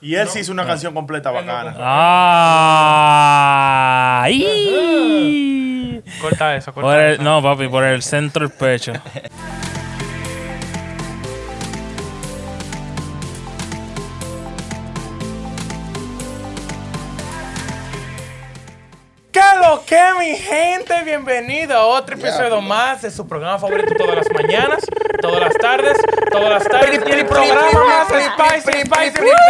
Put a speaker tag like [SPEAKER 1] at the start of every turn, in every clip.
[SPEAKER 1] Y él sí hizo una canción completa bacana.
[SPEAKER 2] ¡Ah! ¡Ih!
[SPEAKER 3] Corta eso, corta
[SPEAKER 2] Por el-
[SPEAKER 3] eso.
[SPEAKER 2] no, papi, por el centro del pecho.
[SPEAKER 3] ¿Qué lo que, mi gente? Bienvenido a otro episodio más de su programa favorito todas las mañanas, todas las tardes, todas las tardes. Y el programa más spicy, spicy, picante, picante.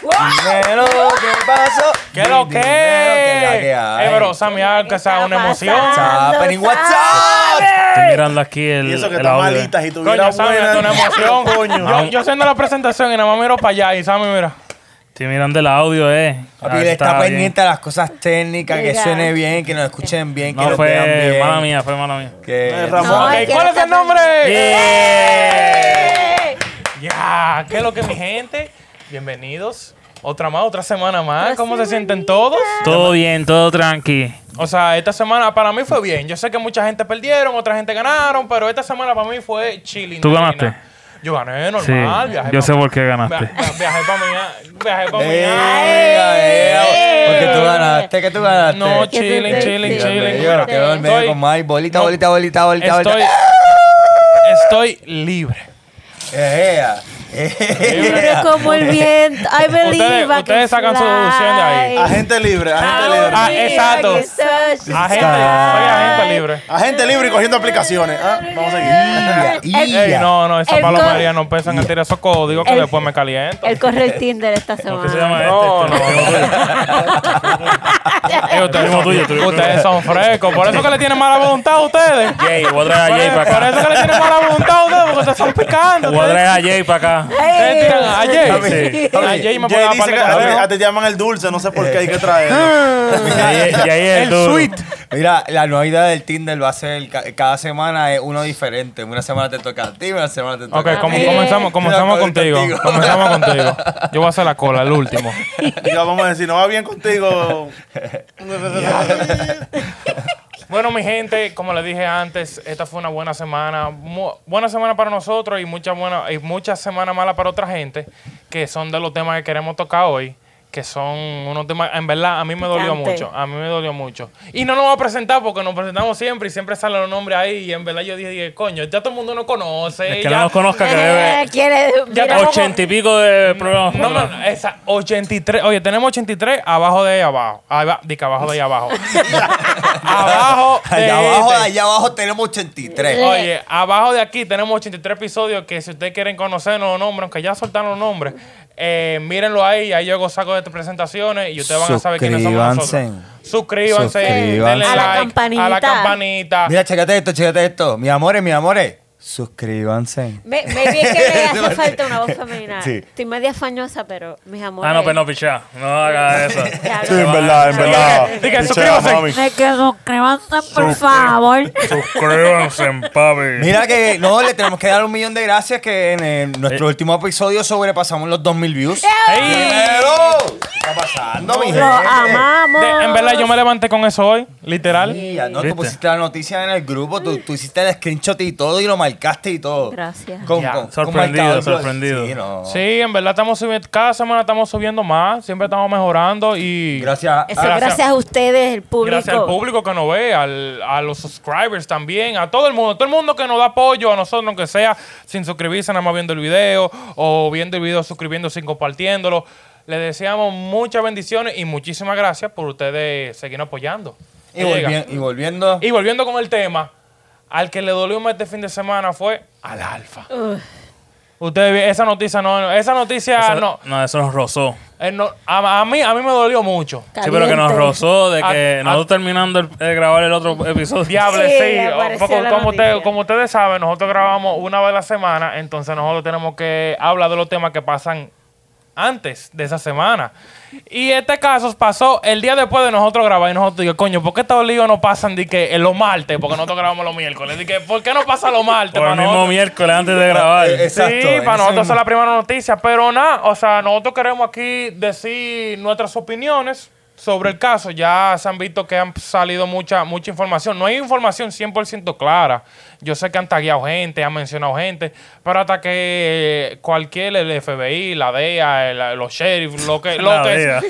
[SPEAKER 3] ¿Cuál es el
[SPEAKER 4] Bueno, ¿qué pasó?
[SPEAKER 3] ¿Qué lo que? Eh, bro, Sammy, que sea una emoción.
[SPEAKER 4] Zapa en WhatsApp.
[SPEAKER 2] Estoy mirando aquí el.
[SPEAKER 1] Y eso que
[SPEAKER 2] el
[SPEAKER 1] está
[SPEAKER 2] audio.
[SPEAKER 1] malita, si tuviera
[SPEAKER 3] Coño, Sammy,
[SPEAKER 1] buena,
[SPEAKER 3] una emoción. Yo, yo haciendo la presentación y nada más miro para allá y Sammy, mira.
[SPEAKER 2] Estoy mirando el audio, eh.
[SPEAKER 4] Papi,
[SPEAKER 2] Ah,
[SPEAKER 4] él está
[SPEAKER 2] estaba bien.
[SPEAKER 4] pendiente a las cosas técnicas, que
[SPEAKER 5] Mira.
[SPEAKER 4] suene bien, que nos escuchen bien, que
[SPEAKER 2] No,
[SPEAKER 4] nos vean
[SPEAKER 2] fue
[SPEAKER 4] bien.
[SPEAKER 2] mala mía, fue mala mía.
[SPEAKER 4] que-
[SPEAKER 1] Eh, Ramón.
[SPEAKER 5] No,
[SPEAKER 3] Ok,
[SPEAKER 5] es que ¡Eh!
[SPEAKER 3] ¿Cuál
[SPEAKER 5] no
[SPEAKER 3] es el
[SPEAKER 5] está-
[SPEAKER 3] nombre?
[SPEAKER 2] Yeah.
[SPEAKER 3] Ya, ¿qué es lo que mi gente? Bienvenidos. Otra más, otra semana más. ¿Cómo se sienten todos?
[SPEAKER 2] Todo bien, todo tranqui.
[SPEAKER 3] O sea, esta semana para mí fue bien. Yo sé que mucha gente perdieron, otra gente ganaron, pero esta semana para mí fue chilling.
[SPEAKER 2] ¿Tú ganaste?
[SPEAKER 3] Yo gané,
[SPEAKER 2] Sí.
[SPEAKER 3] normal. viajé
[SPEAKER 2] Yo
[SPEAKER 3] pa-
[SPEAKER 2] sé por qué
[SPEAKER 3] via-
[SPEAKER 2] ganaste.
[SPEAKER 3] via- Viajé para mí, ah. viajé para
[SPEAKER 4] Eh, Venga, venga, Porque tú ganaste, que tú ganaste.
[SPEAKER 3] No,
[SPEAKER 4] Mira,
[SPEAKER 3] chilling,
[SPEAKER 5] te-
[SPEAKER 3] chilling,
[SPEAKER 5] sí,
[SPEAKER 3] chilling.
[SPEAKER 4] Yo
[SPEAKER 5] mira,
[SPEAKER 4] no quedo en medio
[SPEAKER 3] Estoy-
[SPEAKER 4] con Mike. Bolita,
[SPEAKER 3] no,
[SPEAKER 4] bolita, bolita, bolita,
[SPEAKER 3] Estoy,
[SPEAKER 4] bolita.
[SPEAKER 3] estoy libre.
[SPEAKER 4] Ea,
[SPEAKER 5] Libre
[SPEAKER 4] ea.
[SPEAKER 5] como el viento. I believe
[SPEAKER 3] Ustedes-
[SPEAKER 5] I can
[SPEAKER 3] ustedes sacan su
[SPEAKER 5] fly.
[SPEAKER 3] deducción de ahí.
[SPEAKER 1] Agente libre, agente libre.
[SPEAKER 3] Ah,
[SPEAKER 5] Believe I
[SPEAKER 3] exacto. Ah,
[SPEAKER 5] can search
[SPEAKER 3] Agente, soy agente
[SPEAKER 5] the sky.
[SPEAKER 3] libre.
[SPEAKER 1] Agente libre y cogiendo aplicaciones. Ah, Vamos a seguir.
[SPEAKER 4] Ia,
[SPEAKER 5] El-
[SPEAKER 3] Ey,
[SPEAKER 4] ia.
[SPEAKER 3] no, no, esas
[SPEAKER 5] El co-
[SPEAKER 3] palomerías no empiezan a tirar esos códigos que
[SPEAKER 5] El-
[SPEAKER 3] después me caliento.
[SPEAKER 5] Él corre el Tinder esta
[SPEAKER 2] ¿Por qué se llama este?
[SPEAKER 5] semana.
[SPEAKER 3] No,
[SPEAKER 2] Este,
[SPEAKER 3] no.
[SPEAKER 2] el mismo tuyo.
[SPEAKER 3] Ey, ustedes,
[SPEAKER 2] mismo
[SPEAKER 3] son,
[SPEAKER 2] tuyo, tú-
[SPEAKER 3] ustedes son frescos. Por eso que le tienen mala voluntad a ustedes.
[SPEAKER 2] Jay, voy a traer a
[SPEAKER 3] Por,
[SPEAKER 2] Jay para
[SPEAKER 3] por eso
[SPEAKER 2] acá.
[SPEAKER 3] que le tienen mala voluntad a ustedes, porque ustedes son picantes.
[SPEAKER 2] Voy a
[SPEAKER 3] Ustedes,
[SPEAKER 2] traer a Jay para acá.
[SPEAKER 3] ustedes tiran a
[SPEAKER 2] Sí.
[SPEAKER 3] Jay.
[SPEAKER 2] Jay,
[SPEAKER 3] A Jay
[SPEAKER 1] Jay
[SPEAKER 3] me puede dar par
[SPEAKER 1] dice
[SPEAKER 3] de
[SPEAKER 1] que a ti- a ti
[SPEAKER 3] consejos.
[SPEAKER 1] te llaman el dulce, no sé por qué hay que traerlo.
[SPEAKER 2] Jay es
[SPEAKER 3] El
[SPEAKER 2] duro.
[SPEAKER 3] sweet.
[SPEAKER 4] Mira, la novedad del Tinder va a ser ca- cada semana es uno diferente. Una semana te toca a ti, una semana te toca
[SPEAKER 3] Ok,
[SPEAKER 4] a ti.
[SPEAKER 3] como-
[SPEAKER 5] Sí.
[SPEAKER 3] comenzamos, comenzamos
[SPEAKER 4] Yo estoy
[SPEAKER 3] contigo.
[SPEAKER 4] contigo.
[SPEAKER 3] Comenzamos contigo. Yo voy a hacer la cola, el último.
[SPEAKER 1] Diga, vamos a decir, no va bien contigo.
[SPEAKER 3] Bueno, mi gente, como les dije antes, esta fue una buena semana. Mu- buena semana para nosotros y muchas buena, y muchas semanas malas para otra gente, que son de los temas que queremos tocar hoy, que son unos temas, en verdad, a mí me dolió
[SPEAKER 5] Picante.
[SPEAKER 3] mucho, a mí me dolió mucho. Y no nos vamos a presentar porque nos presentamos siempre y siempre salen los nombres ahí y en verdad yo dije, dije, coño, ya todo el mundo nos conoce.
[SPEAKER 2] El que
[SPEAKER 3] ya,
[SPEAKER 2] no nos conozca que
[SPEAKER 5] Eh,
[SPEAKER 2] debe
[SPEAKER 5] Quiere.
[SPEAKER 3] Ya
[SPEAKER 5] mira,
[SPEAKER 3] estamos-
[SPEAKER 2] ochenta y pico de programas.
[SPEAKER 3] No, no, no, esa 83. Oye, tenemos 83 abajo de ahí abajo. Ahí va, di que abajo de ahí abajo. abajo de
[SPEAKER 4] Allá abajo,
[SPEAKER 3] este.
[SPEAKER 4] allá abajo tenemos 83.
[SPEAKER 3] Oye, abajo de aquí tenemos 83 episodios que si ustedes quieren conocer los nombres, aunque ya soltaron los nombres, eh, mírenlo ahí, ahí yo saco de presentaciones y ustedes van a saber quiénes somos nosotros. Suscríbanse,
[SPEAKER 4] Suscríbanse.
[SPEAKER 3] denle
[SPEAKER 5] A la
[SPEAKER 3] like,
[SPEAKER 5] campanita.
[SPEAKER 3] a la campanita.
[SPEAKER 4] Mira, chécate esto, chécate esto. Mis amores, mis amores, suscríbanse.
[SPEAKER 5] Me, maybe es que me hace falta una voz femenina.
[SPEAKER 4] Sí.
[SPEAKER 5] Estoy media fañosa, pero mis amores.
[SPEAKER 2] Ah,
[SPEAKER 3] pues
[SPEAKER 2] no, pero no, pichá. No haga eso.
[SPEAKER 5] Ya,
[SPEAKER 1] Sí, en verdad, en verdad.
[SPEAKER 3] Diga, diga,
[SPEAKER 1] Pichea,
[SPEAKER 3] suscríbase.
[SPEAKER 1] mami.
[SPEAKER 5] Me que suscríbanse, por favor.
[SPEAKER 2] Suscríbanse, papi.
[SPEAKER 4] Mira que no, le tenemos que dar un millón de gracias que en eh, nuestro último episodio sobrepasamos los 2000 views.
[SPEAKER 3] Ey,
[SPEAKER 4] Pero, ¿Qué está pasando, mi gente?
[SPEAKER 5] Eh. Lo amamos.
[SPEAKER 3] de- en verdad, yo me levanté con eso hoy, literal.
[SPEAKER 4] Mía, No,
[SPEAKER 2] ¿Viste?
[SPEAKER 4] tú pusiste la noticia en el grupo, tú, tú hiciste el screenshot y todo y lo marcaste y todo.
[SPEAKER 5] Gracias.
[SPEAKER 4] Con-
[SPEAKER 3] Ya,
[SPEAKER 4] con- con
[SPEAKER 2] sorprendido,
[SPEAKER 4] marcador.
[SPEAKER 2] sorprendido.
[SPEAKER 4] Sí, no.
[SPEAKER 3] Sí, en verdad estamos subiendo, cada semana estamos subiendo más, siempre estamos mejorando y
[SPEAKER 4] Gracias. Ah,
[SPEAKER 5] Eso
[SPEAKER 3] Gracias.
[SPEAKER 5] gracias. a ustedes, el público.
[SPEAKER 3] gracias al público que nos ve, al- a los subscribers también, a todo el mundo, todo el mundo que nos da apoyo a nosotros, aunque sea sin suscribirse, nada más viendo el video o viendo el video, suscribiéndose y compartiéndolo. Les deseamos muchas bendiciones y muchísimas gracias por ustedes seguir apoyando.
[SPEAKER 4] Y, volvi- y volviendo.
[SPEAKER 3] Y volviendo con el tema, al que le dolió más este fin de semana fue al Alfa. Ustedes vi- esa noticia no, no, esa noticia
[SPEAKER 2] Eso-
[SPEAKER 3] no,
[SPEAKER 2] No, eso nos rozó.
[SPEAKER 3] eh, no, a, a mí a mí me dolió mucho.
[SPEAKER 2] Sí, pero que nos
[SPEAKER 5] Caliente.
[SPEAKER 2] rozó de que
[SPEAKER 3] A-
[SPEAKER 2] nosotros terminando el- de grabar el otro episodio.
[SPEAKER 3] Diable,
[SPEAKER 5] Sí,
[SPEAKER 3] sí. Oh,
[SPEAKER 5] apareció
[SPEAKER 3] Porque
[SPEAKER 5] la
[SPEAKER 3] como,
[SPEAKER 5] noticia.
[SPEAKER 3] usted- como ustedes saben, nosotros grabamos una vez a la semana, entonces nosotros tenemos que hablar de los temas que pasan antes de esa semana. Y este caso pasó el día después de nosotros grabar y nosotros digo, coño, ¿por qué estos líos no pasan de que en los martes? Porque nosotros grabamos los miércoles. Dije, ¿por qué no pasa los martes?
[SPEAKER 2] Por
[SPEAKER 3] para
[SPEAKER 2] el mismo
[SPEAKER 3] nosotros?"
[SPEAKER 2] miércoles antes de grabar.
[SPEAKER 4] Eh, eh, Exacto,
[SPEAKER 3] sí,
[SPEAKER 4] en
[SPEAKER 3] para
[SPEAKER 4] ese
[SPEAKER 3] nosotros esa
[SPEAKER 4] mismo-
[SPEAKER 3] es la primera noticia. Pero nada, o sea, nosotros queremos aquí decir nuestras opiniones sobre el caso. Ya se han visto que han salido mucha, mucha información. No hay información 100% clara. Yo sé que han tagueado gente, han mencionado gente, pero hasta que eh, cualquier, el FBI, la DEA, el- los sheriffs, lo que. Lo
[SPEAKER 2] La
[SPEAKER 3] que
[SPEAKER 4] E
[SPEAKER 2] DEA.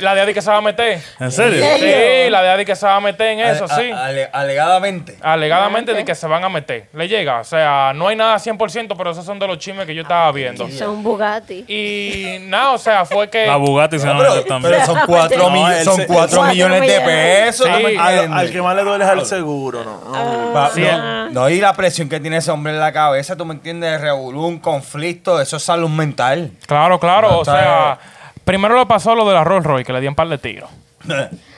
[SPEAKER 3] La DEA di que se va a meter.
[SPEAKER 2] ¿En serio?
[SPEAKER 5] Sí.
[SPEAKER 3] Sí, la DEA di que se va a meter en eso,
[SPEAKER 4] Ale-
[SPEAKER 3] sí.
[SPEAKER 4] a- ale- alegadamente.
[SPEAKER 3] Alegadamente de
[SPEAKER 5] Adelante.
[SPEAKER 3] que se van a meter. Le llega. O sea, no hay nada 100%, pero esos son de los chismes que yo estaba viendo.
[SPEAKER 5] Son Bugatti.
[SPEAKER 3] Y nada, o sea, fue que.
[SPEAKER 2] La Bugatti se
[SPEAKER 4] No,
[SPEAKER 2] van a
[SPEAKER 4] pero,
[SPEAKER 2] meter también.
[SPEAKER 4] pero son cuatro,
[SPEAKER 1] No,
[SPEAKER 4] millo-
[SPEAKER 1] él
[SPEAKER 4] son
[SPEAKER 1] se-
[SPEAKER 4] cuatro
[SPEAKER 5] cuatro
[SPEAKER 4] millones de
[SPEAKER 5] millones.
[SPEAKER 4] pesos. ¿tú me
[SPEAKER 3] Sí.
[SPEAKER 1] Al,
[SPEAKER 4] entiendes?
[SPEAKER 1] al que más le duele es al seguro, ¿no? No,
[SPEAKER 4] Va-
[SPEAKER 3] Sí,
[SPEAKER 4] no,
[SPEAKER 3] él-
[SPEAKER 4] no, y la presión que tiene ese hombre en la cabeza, tú me entiendes, revolú, un conflicto, eso es salud mental.
[SPEAKER 3] Claro, claro.
[SPEAKER 4] No,
[SPEAKER 3] o
[SPEAKER 4] está-
[SPEAKER 3] sea, primero le pasó lo de la Rolls Royce, que le di un par de tiros.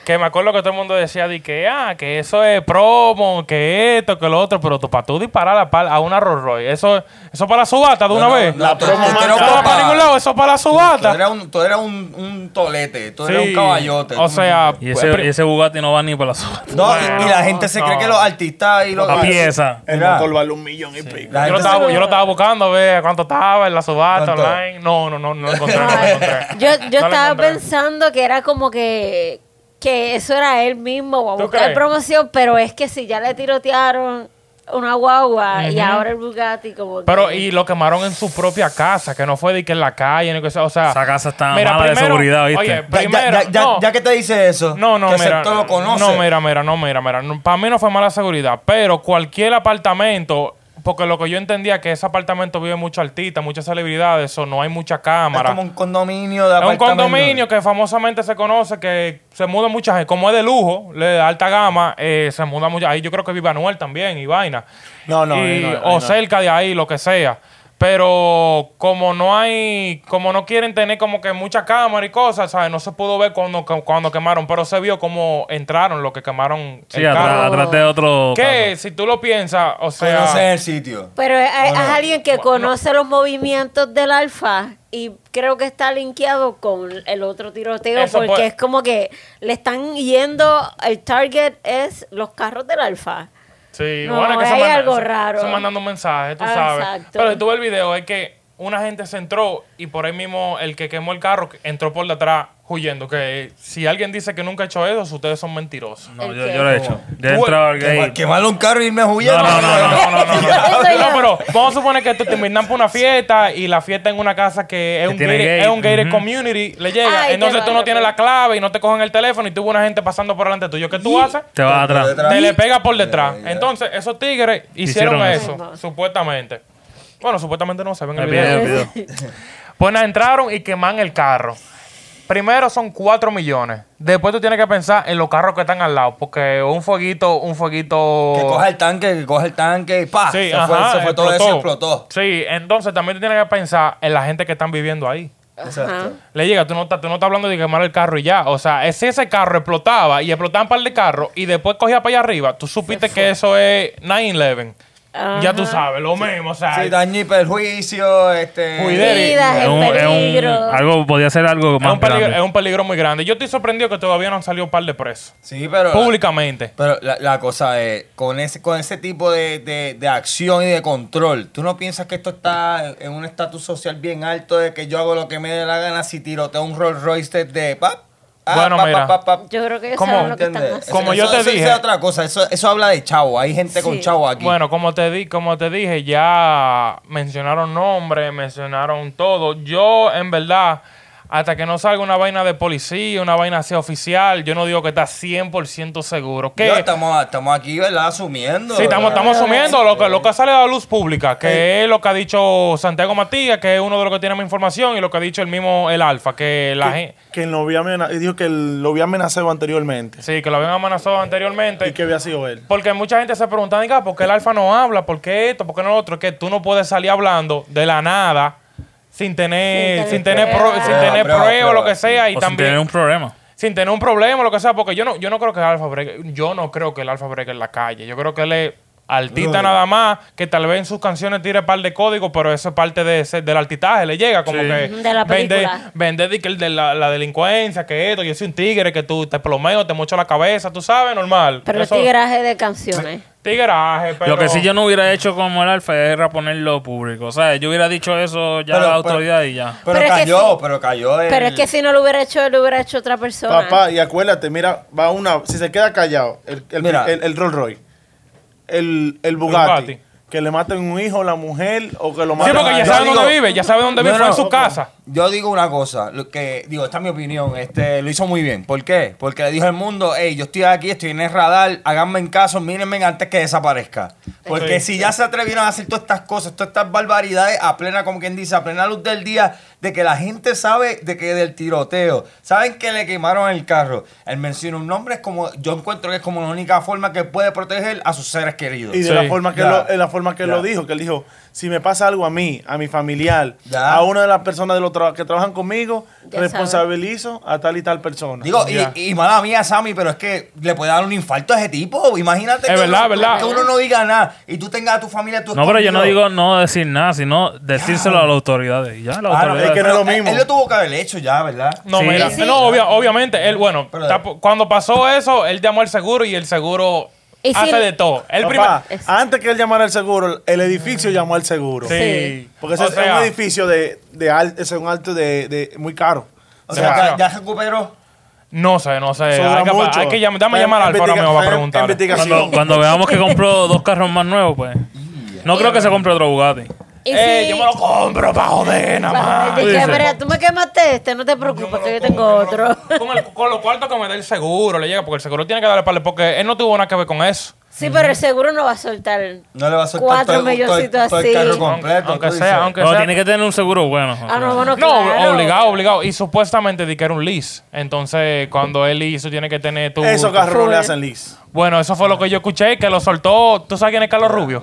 [SPEAKER 3] Que me acuerdo que todo el mundo decía de que, ah, que eso es promo, que esto, que lo otro, pero tú, para tú disparar a, pal- a una Rolls Royce, eso eso para la subata de una
[SPEAKER 4] No, no,
[SPEAKER 3] vez.
[SPEAKER 4] no, tú-
[SPEAKER 1] promo
[SPEAKER 4] tú
[SPEAKER 1] más
[SPEAKER 4] eres un
[SPEAKER 3] Eso no va para
[SPEAKER 4] papá.
[SPEAKER 3] ningún lado, eso para la
[SPEAKER 4] Tú
[SPEAKER 3] subata.
[SPEAKER 4] eres un, tú eres un, un tolete, tú eres
[SPEAKER 3] Sí.
[SPEAKER 4] un caballote.
[SPEAKER 3] O sea,
[SPEAKER 2] Y ese,
[SPEAKER 3] pri-
[SPEAKER 2] y ese Bugatti no va ni para la subasta.
[SPEAKER 4] No, y, y la gente se cree que los artistas y los.
[SPEAKER 2] La pieza.
[SPEAKER 1] El
[SPEAKER 4] Mira.
[SPEAKER 1] motor vale un millón y pico.
[SPEAKER 4] La
[SPEAKER 3] yo, lo
[SPEAKER 4] gente se-
[SPEAKER 3] estaba, yo lo estaba buscando, a ver cuánto estaba en la subata
[SPEAKER 4] ¿Cuánto?
[SPEAKER 3] online. No, no, no, no lo encontré. no lo
[SPEAKER 5] Ay,
[SPEAKER 3] encontré.
[SPEAKER 5] yo yo
[SPEAKER 3] No lo
[SPEAKER 5] estaba
[SPEAKER 3] encontré.
[SPEAKER 5] pensando que era como que, que eso era él mismo, o a
[SPEAKER 3] ¿Tú
[SPEAKER 5] buscar
[SPEAKER 3] crees?
[SPEAKER 5] promoción, pero es que si ya le tirotearon una guagua y ahora el Bugatti, como que-
[SPEAKER 3] Pero y lo quemaron en su propia casa, que no fue de que en la calle, ni que sea, o sea,
[SPEAKER 2] Esa casa está mala de seguridad, ¿viste?
[SPEAKER 3] Oye,
[SPEAKER 2] Ya-
[SPEAKER 4] Ya- ya-
[SPEAKER 3] primero,
[SPEAKER 4] ya, ya-
[SPEAKER 3] no,
[SPEAKER 4] ya que te dice eso,
[SPEAKER 3] no, no,
[SPEAKER 4] que
[SPEAKER 3] mira,
[SPEAKER 4] Sector lo conoce.
[SPEAKER 3] no, mira, mira, no, mira, mira, para mí no fue mala seguridad, pero cualquier apartamento, porque lo que yo entendía que ese apartamento vive muchos artistas, muchas celebridades, o no hay mucha
[SPEAKER 4] es
[SPEAKER 3] cámara.
[SPEAKER 4] como un condominio de
[SPEAKER 3] Es un
[SPEAKER 4] apartamentos.
[SPEAKER 3] condominio que famosamente se conoce, que se muda mucha gente. Como es de lujo, le- de alta gama, eh, se muda mucha Ahí yo creo que vive Anuel también y vaina.
[SPEAKER 1] No, no,
[SPEAKER 3] Y-
[SPEAKER 1] ahí no, ahí
[SPEAKER 3] O
[SPEAKER 1] no.
[SPEAKER 3] cerca de ahí, lo que sea. Pero como no hay, como no quieren tener como que mucha cámara y cosas, ¿sabes? No se pudo ver cuando, cuando quemaron, pero se vio cómo entraron lo que quemaron
[SPEAKER 2] Sí,
[SPEAKER 3] el
[SPEAKER 2] atrás,
[SPEAKER 3] carro.
[SPEAKER 2] atrás de otro.
[SPEAKER 3] Que si tú lo piensas, o
[SPEAKER 4] Pero
[SPEAKER 3] sea...
[SPEAKER 4] ese es el sitio.
[SPEAKER 5] Pero es, es alguien que conoce los movimientos del alfa y creo que está linkeado con el otro tiroteo
[SPEAKER 3] Eso
[SPEAKER 5] porque
[SPEAKER 3] puede-
[SPEAKER 5] es como que le están yendo, el target es los carros del alfa.
[SPEAKER 3] Sí,
[SPEAKER 5] No,
[SPEAKER 3] bueno, es que
[SPEAKER 5] hay
[SPEAKER 3] se manda-
[SPEAKER 5] algo
[SPEAKER 3] se-
[SPEAKER 5] raro.
[SPEAKER 3] Se mandando un mensaje, tú
[SPEAKER 5] Ah,
[SPEAKER 3] sabes.
[SPEAKER 5] exacto.
[SPEAKER 3] Pero si tú ves el video, es que una gente se entró y por ahí mismo el que quemó el carro que entró por detrás huyendo. Que si alguien dice que nunca ha hecho eso, ustedes son mentirosos.
[SPEAKER 2] No,
[SPEAKER 5] ¿El
[SPEAKER 2] yo,
[SPEAKER 5] qué?
[SPEAKER 2] yo lo he hecho. Yo he
[SPEAKER 3] Tú-
[SPEAKER 2] entrado al
[SPEAKER 4] Quema-
[SPEAKER 2] gay.
[SPEAKER 4] Quemarle un carro y irme huyendo.
[SPEAKER 2] No, no, no, no, no, no, no, no.
[SPEAKER 3] No, pero vamos a suponer que tú te invitan para una fiesta y la fiesta en una casa que
[SPEAKER 2] Que
[SPEAKER 3] es un
[SPEAKER 2] tiene
[SPEAKER 3] gated,
[SPEAKER 2] gate.
[SPEAKER 3] es un gated
[SPEAKER 2] Ujú.
[SPEAKER 3] community, le llega.
[SPEAKER 5] Ay, te
[SPEAKER 3] Entonces tú
[SPEAKER 5] vale,
[SPEAKER 3] no tienes
[SPEAKER 5] pues.
[SPEAKER 3] la clave y no te cogen el teléfono y tú ves una gente pasando por delante tuyo. ¿Qué tú haces?
[SPEAKER 2] Te vas
[SPEAKER 4] Por
[SPEAKER 2] atrás.
[SPEAKER 4] detrás. Eh,
[SPEAKER 3] Te le pega por detrás.
[SPEAKER 4] Ya, ya.
[SPEAKER 3] Entonces, esos tigres hicieron,
[SPEAKER 2] Hicieron
[SPEAKER 3] eso,
[SPEAKER 2] eso.
[SPEAKER 3] supuestamente. Bueno, supuestamente no se ven el
[SPEAKER 2] El
[SPEAKER 3] video.
[SPEAKER 2] video, el video.
[SPEAKER 3] Pues nada, entraron y queman el carro. Primero son 4 millones. Después tú tienes que pensar en los carros que están al lado. Porque un fueguito, un fueguito.
[SPEAKER 4] Que coja el tanque, que coja el tanque y pa.
[SPEAKER 3] Sí,
[SPEAKER 4] se, fue,
[SPEAKER 3] ajá,
[SPEAKER 4] se fue todo eso y explotó.
[SPEAKER 3] Sí, entonces también tú tienes que pensar en la gente que están viviendo ahí.
[SPEAKER 5] Ajá.
[SPEAKER 3] Le llega, tú no, estás- tú no estás hablando de quemar el carro y ya. O sea, si ese carro explotaba y explotaban un par de carros y después cogía para allá arriba, tú supiste que eso es 9-11. Ya tú sabes, lo mismo. O sea,
[SPEAKER 4] Sí, daño y perjuicio, este.
[SPEAKER 3] Cuidero.
[SPEAKER 5] Vidas
[SPEAKER 2] Es
[SPEAKER 5] en
[SPEAKER 2] un, es un,
[SPEAKER 5] peligro.
[SPEAKER 2] algo, podía ser algo
[SPEAKER 3] es,
[SPEAKER 2] más
[SPEAKER 3] un peligro, es
[SPEAKER 2] grande.
[SPEAKER 3] un peligro muy grande. Yo estoy sorprendido que todavía no han salido un par de presos.
[SPEAKER 4] Sí, pero.
[SPEAKER 3] Públicamente.
[SPEAKER 4] Pero la, la cosa es, con ese, con ese tipo de, de- de acción y de control, ¿tú no piensas que esto está en- en un estatus social bien alto de que yo hago lo que me dé la gana si tiroteo un Rolls Royce de pap?
[SPEAKER 3] Bueno, mira.
[SPEAKER 5] Yo creo que ellos
[SPEAKER 3] ¿Cómo?
[SPEAKER 5] saben lo que están
[SPEAKER 4] ¿Entiendes?
[SPEAKER 5] haciendo.
[SPEAKER 3] Como
[SPEAKER 4] Eso-
[SPEAKER 3] yo te
[SPEAKER 4] eso-
[SPEAKER 3] dije.
[SPEAKER 4] Eso es otra cosa, eso, eso habla de chavo, hay gente con
[SPEAKER 5] Sí.
[SPEAKER 4] chavo aquí.
[SPEAKER 3] Bueno, como te, di, como te dije, ya mencionaron nombres, mencionaron todo. Yo, en verdad, hasta que no salga una vaina de policía, una vaina así oficial, yo no digo que está 100% seguro. Que
[SPEAKER 4] Yo, estamos, estamos aquí, ¿verdad? Asumiendo.
[SPEAKER 3] Sí, estamos,
[SPEAKER 4] ¿verdad?
[SPEAKER 3] estamos asumiendo lo que, lo que sale a la luz pública, que es lo que ha dicho Santiago Matías, que es uno de los que tiene más información, y lo que ha dicho el mismo El Alfa, que la gente...
[SPEAKER 1] Que lo había amenazado, dijo que lo había amenazado anteriormente.
[SPEAKER 3] Sí, que lo habían amenazado anteriormente.
[SPEAKER 1] Y que había sido él.
[SPEAKER 3] Porque mucha gente se pregunta, diga, ¿por qué el Alfa no habla? ¿Por qué esto? ¿Por qué no lo otro? Es que tú no puedes salir hablando de la nada sin tener, sin
[SPEAKER 5] Sin
[SPEAKER 3] tener,
[SPEAKER 5] tener
[SPEAKER 3] pro-
[SPEAKER 5] pruebas.
[SPEAKER 3] sin tener
[SPEAKER 4] Prueba,
[SPEAKER 3] pruebas,
[SPEAKER 4] prueba,
[SPEAKER 3] lo que sea, y
[SPEAKER 2] Ah, O sin
[SPEAKER 3] también
[SPEAKER 2] tener un problema.
[SPEAKER 3] sin tener un problema, lo que sea, porque yo no, yo no creo que el Alfa bregue, yo no creo que el Alfa bregue en la calle. Yo creo que él es altita nada más, que tal vez en sus canciones tire par de códigos, pero eso es parte de ese- del altitaje, le llega como que
[SPEAKER 5] Ujú, de la
[SPEAKER 3] vender,
[SPEAKER 5] película.
[SPEAKER 3] vender de, que el de la, la delincuencia, que esto, yo soy un tigre, que tú te plomeo, te mocho la cabeza, tú sabes, normal.
[SPEAKER 5] Pero el
[SPEAKER 3] Eso-
[SPEAKER 5] tigraje de canciones.
[SPEAKER 3] Tigraje, pero...
[SPEAKER 2] Lo que sí yo no hubiera hecho como el alfa era ponerlo público. O sea, yo hubiera dicho eso ya
[SPEAKER 4] Pero-
[SPEAKER 2] a la
[SPEAKER 4] pero-
[SPEAKER 2] autoridad y ya.
[SPEAKER 4] Pero,
[SPEAKER 5] Pero es que
[SPEAKER 4] cayó,
[SPEAKER 5] sí.
[SPEAKER 4] pero cayó el-
[SPEAKER 5] Pero es que si no lo hubiera hecho, él lo hubiera hecho otra persona.
[SPEAKER 1] Papá, y acuérdate, mira, va una. Si se queda callado, el, el,
[SPEAKER 4] Mira.
[SPEAKER 1] el, el Rolls Royce, el, el
[SPEAKER 3] Bugatti.
[SPEAKER 1] Bugatti, que le maten un hijo, la mujer, o que lo
[SPEAKER 3] Sí,
[SPEAKER 1] maten
[SPEAKER 3] porque ya
[SPEAKER 1] a-
[SPEAKER 4] Yo
[SPEAKER 3] sabe dónde
[SPEAKER 4] digo-
[SPEAKER 3] vive, ya sabe dónde vive,
[SPEAKER 4] No,
[SPEAKER 3] fue en
[SPEAKER 4] no,
[SPEAKER 3] su
[SPEAKER 4] no.
[SPEAKER 3] casa.
[SPEAKER 4] Yo digo una cosa, lo que digo, esta es mi opinión, este lo hizo muy bien. ¿Por qué? Porque le dijo al mundo, hey, yo estoy aquí, estoy en el radar, háganme en caso, mírenme antes que desaparezca. Porque si ya se atrevieron a hacer todas estas cosas, todas estas barbaridades a plena, como quien dice, a plena luz del día, de que la gente sabe de que del tiroteo, saben que le quemaron el carro. Él menciona un nombre, es como, yo encuentro que es como la única forma que puede proteger a sus seres queridos.
[SPEAKER 1] Y de
[SPEAKER 3] Sí,
[SPEAKER 1] la forma que,
[SPEAKER 4] ya.
[SPEAKER 1] lo, en la forma que
[SPEAKER 4] Ya.
[SPEAKER 1] lo dijo, que él dijo, si me pasa algo a mí, a mi familiar,
[SPEAKER 4] Ya.
[SPEAKER 1] a una de las personas de los tra- que trabajan conmigo,
[SPEAKER 5] Ya
[SPEAKER 1] responsabilizo a tal y tal persona.
[SPEAKER 4] Digo,
[SPEAKER 3] Ya.
[SPEAKER 4] y, y mala mía, Sammy, pero es que le puede dar un infarto a ese tipo. Imagínate
[SPEAKER 3] Es
[SPEAKER 4] que,
[SPEAKER 3] verdad,
[SPEAKER 4] uno,
[SPEAKER 3] verdad.
[SPEAKER 4] que uno no diga nada y tú tengas a tu familia, tú
[SPEAKER 2] No, pero yo no digo no decir nada, sino decírselo a las autoridades. Ya, las
[SPEAKER 4] Ah,
[SPEAKER 2] autoridades.
[SPEAKER 1] es que no es lo mismo.
[SPEAKER 4] Él, lo tuvo que haber hecho ya, ¿verdad?
[SPEAKER 3] No,
[SPEAKER 2] Sí.
[SPEAKER 3] mira,
[SPEAKER 5] Sí.
[SPEAKER 3] no, obvia- obviamente, él, bueno,
[SPEAKER 4] Pero-
[SPEAKER 3] tapo- cuando pasó eso, él llamó al seguro y el seguro
[SPEAKER 5] Y si
[SPEAKER 3] hace
[SPEAKER 5] el-
[SPEAKER 3] de todo. El
[SPEAKER 1] Papá,
[SPEAKER 3] primer...
[SPEAKER 5] Es-
[SPEAKER 1] antes que él llamara al seguro, el edificio llamó al seguro.
[SPEAKER 3] Sí.
[SPEAKER 1] Porque ese
[SPEAKER 3] O
[SPEAKER 1] es
[SPEAKER 3] sea,
[SPEAKER 1] un edificio de, de al- es un alto de, de- muy caro.
[SPEAKER 4] O
[SPEAKER 3] Se
[SPEAKER 4] sea,
[SPEAKER 3] paró.
[SPEAKER 4] ya, ya recuperó.
[SPEAKER 3] No sé, no sé.
[SPEAKER 1] Sobra
[SPEAKER 3] Eh, Hay que,
[SPEAKER 1] mucho.
[SPEAKER 3] hay que llamar, dame
[SPEAKER 1] Hay
[SPEAKER 3] llamar a Alfa ahora
[SPEAKER 1] investiga-
[SPEAKER 3] mismo para
[SPEAKER 1] hay
[SPEAKER 3] preguntarle.
[SPEAKER 1] investigación.
[SPEAKER 2] Cuando, cuando veamos que compró dos carros más nuevos, pues. No creo que se compre otro Bugatti.
[SPEAKER 5] Y
[SPEAKER 3] Eh,
[SPEAKER 5] si-
[SPEAKER 3] yo me lo compro para joder, nada
[SPEAKER 5] Ay,
[SPEAKER 3] más.
[SPEAKER 5] te
[SPEAKER 2] dices.
[SPEAKER 5] quebré, tú me quemaste este, no te
[SPEAKER 3] Yo me
[SPEAKER 5] preocupes,
[SPEAKER 3] lo
[SPEAKER 5] que yo
[SPEAKER 3] compro,
[SPEAKER 5] tengo
[SPEAKER 3] me lo
[SPEAKER 5] otro.
[SPEAKER 3] compro. Con, el- con lo cuarto que me da el seguro, le llega, porque el seguro tiene que darle para porque él no tuvo nada que ver con eso.
[SPEAKER 5] Sí, pero el seguro no va a soltar.
[SPEAKER 4] No le va a soltar
[SPEAKER 5] Cuatro
[SPEAKER 4] todo, el- todo el-
[SPEAKER 5] milloncitos
[SPEAKER 4] todo el carro
[SPEAKER 5] así.
[SPEAKER 4] completo.
[SPEAKER 3] aunque
[SPEAKER 4] tú
[SPEAKER 3] sea,
[SPEAKER 4] dices.
[SPEAKER 3] aunque
[SPEAKER 2] No,
[SPEAKER 3] sea.
[SPEAKER 2] tiene que tener un seguro bueno.
[SPEAKER 5] Ah, no, bueno,
[SPEAKER 3] No,
[SPEAKER 5] claro.
[SPEAKER 3] obligado, obligado. Y supuestamente di que era un lease. Entonces, cuando él hizo, tiene que tener tu.
[SPEAKER 1] Esos carros no
[SPEAKER 5] Full.
[SPEAKER 1] le hacen lease.
[SPEAKER 3] Bueno, eso fue lo que yo escuché, que lo soltó. ¿Tú sabes quién es Carlos Rubio?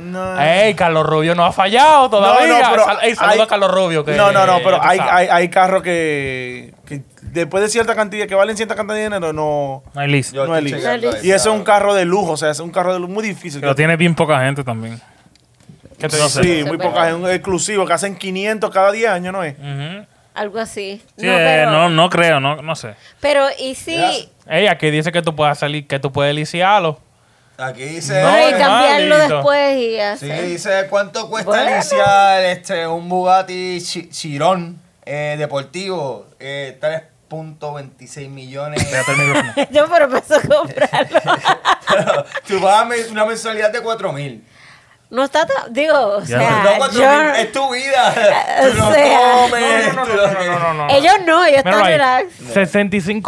[SPEAKER 1] No.
[SPEAKER 3] Ey, Carlos Rubio no ha fallado todavía.
[SPEAKER 1] No, no, pero
[SPEAKER 3] Sal- ey, saludo
[SPEAKER 1] hay-
[SPEAKER 3] a Carlos Rubio. que-
[SPEAKER 1] no, no, no, pero
[SPEAKER 3] tú
[SPEAKER 1] hay,
[SPEAKER 3] sabes.
[SPEAKER 1] hay, hay carros que, que después de cierta cantidad, que valen cierta cantidad de dinero, no,
[SPEAKER 2] No hay lease.
[SPEAKER 4] Yo
[SPEAKER 1] no es
[SPEAKER 4] estoy
[SPEAKER 1] lease.
[SPEAKER 4] checando ahí,
[SPEAKER 1] Y eso es un
[SPEAKER 4] claro.
[SPEAKER 1] carro de lujo, o sea, es un carro de lujo muy difícil.
[SPEAKER 2] Lo tiene bien poca gente también.
[SPEAKER 3] ¿Qué te
[SPEAKER 2] No sé.
[SPEAKER 3] dice?
[SPEAKER 1] sí, muy
[SPEAKER 5] Eso es
[SPEAKER 1] pocas, es un exclusivo, que hacen 500 cada 10 años, ¿no es?
[SPEAKER 2] Ujú.
[SPEAKER 5] Algo así.
[SPEAKER 2] Sí,
[SPEAKER 5] no,
[SPEAKER 2] eh,
[SPEAKER 5] pero,
[SPEAKER 2] no, no creo, no, no sé.
[SPEAKER 5] pero y si.
[SPEAKER 3] Ey, aquí dice que tú puedes salir, que tú puedes liciarlo.
[SPEAKER 4] Aquí dice.
[SPEAKER 3] No,
[SPEAKER 5] Pero y
[SPEAKER 3] es
[SPEAKER 5] cambiarlo
[SPEAKER 3] maldito.
[SPEAKER 5] después y
[SPEAKER 4] Sí,
[SPEAKER 5] hacer.
[SPEAKER 4] dice cuánto cuesta
[SPEAKER 5] Bueno.
[SPEAKER 4] iniciar este, un Bugatti Chi- Chiron eh, deportivo. Eh, 3.26 millones.
[SPEAKER 5] Yo, pero empezó a comprarlo.
[SPEAKER 4] Tú pagas me- una mensualidad de 4 mil.
[SPEAKER 5] No está tan. Digo, o
[SPEAKER 2] Ya.
[SPEAKER 5] sea.
[SPEAKER 4] No, cuatro
[SPEAKER 5] yo- Eh,
[SPEAKER 4] mil, es tu vida. Tú no
[SPEAKER 5] O sea.
[SPEAKER 4] comes.
[SPEAKER 3] No, no,
[SPEAKER 4] tú
[SPEAKER 3] no, no, no, no, no, no.
[SPEAKER 5] Ellos no, ellos están
[SPEAKER 3] Míralo ahí.
[SPEAKER 5] relax.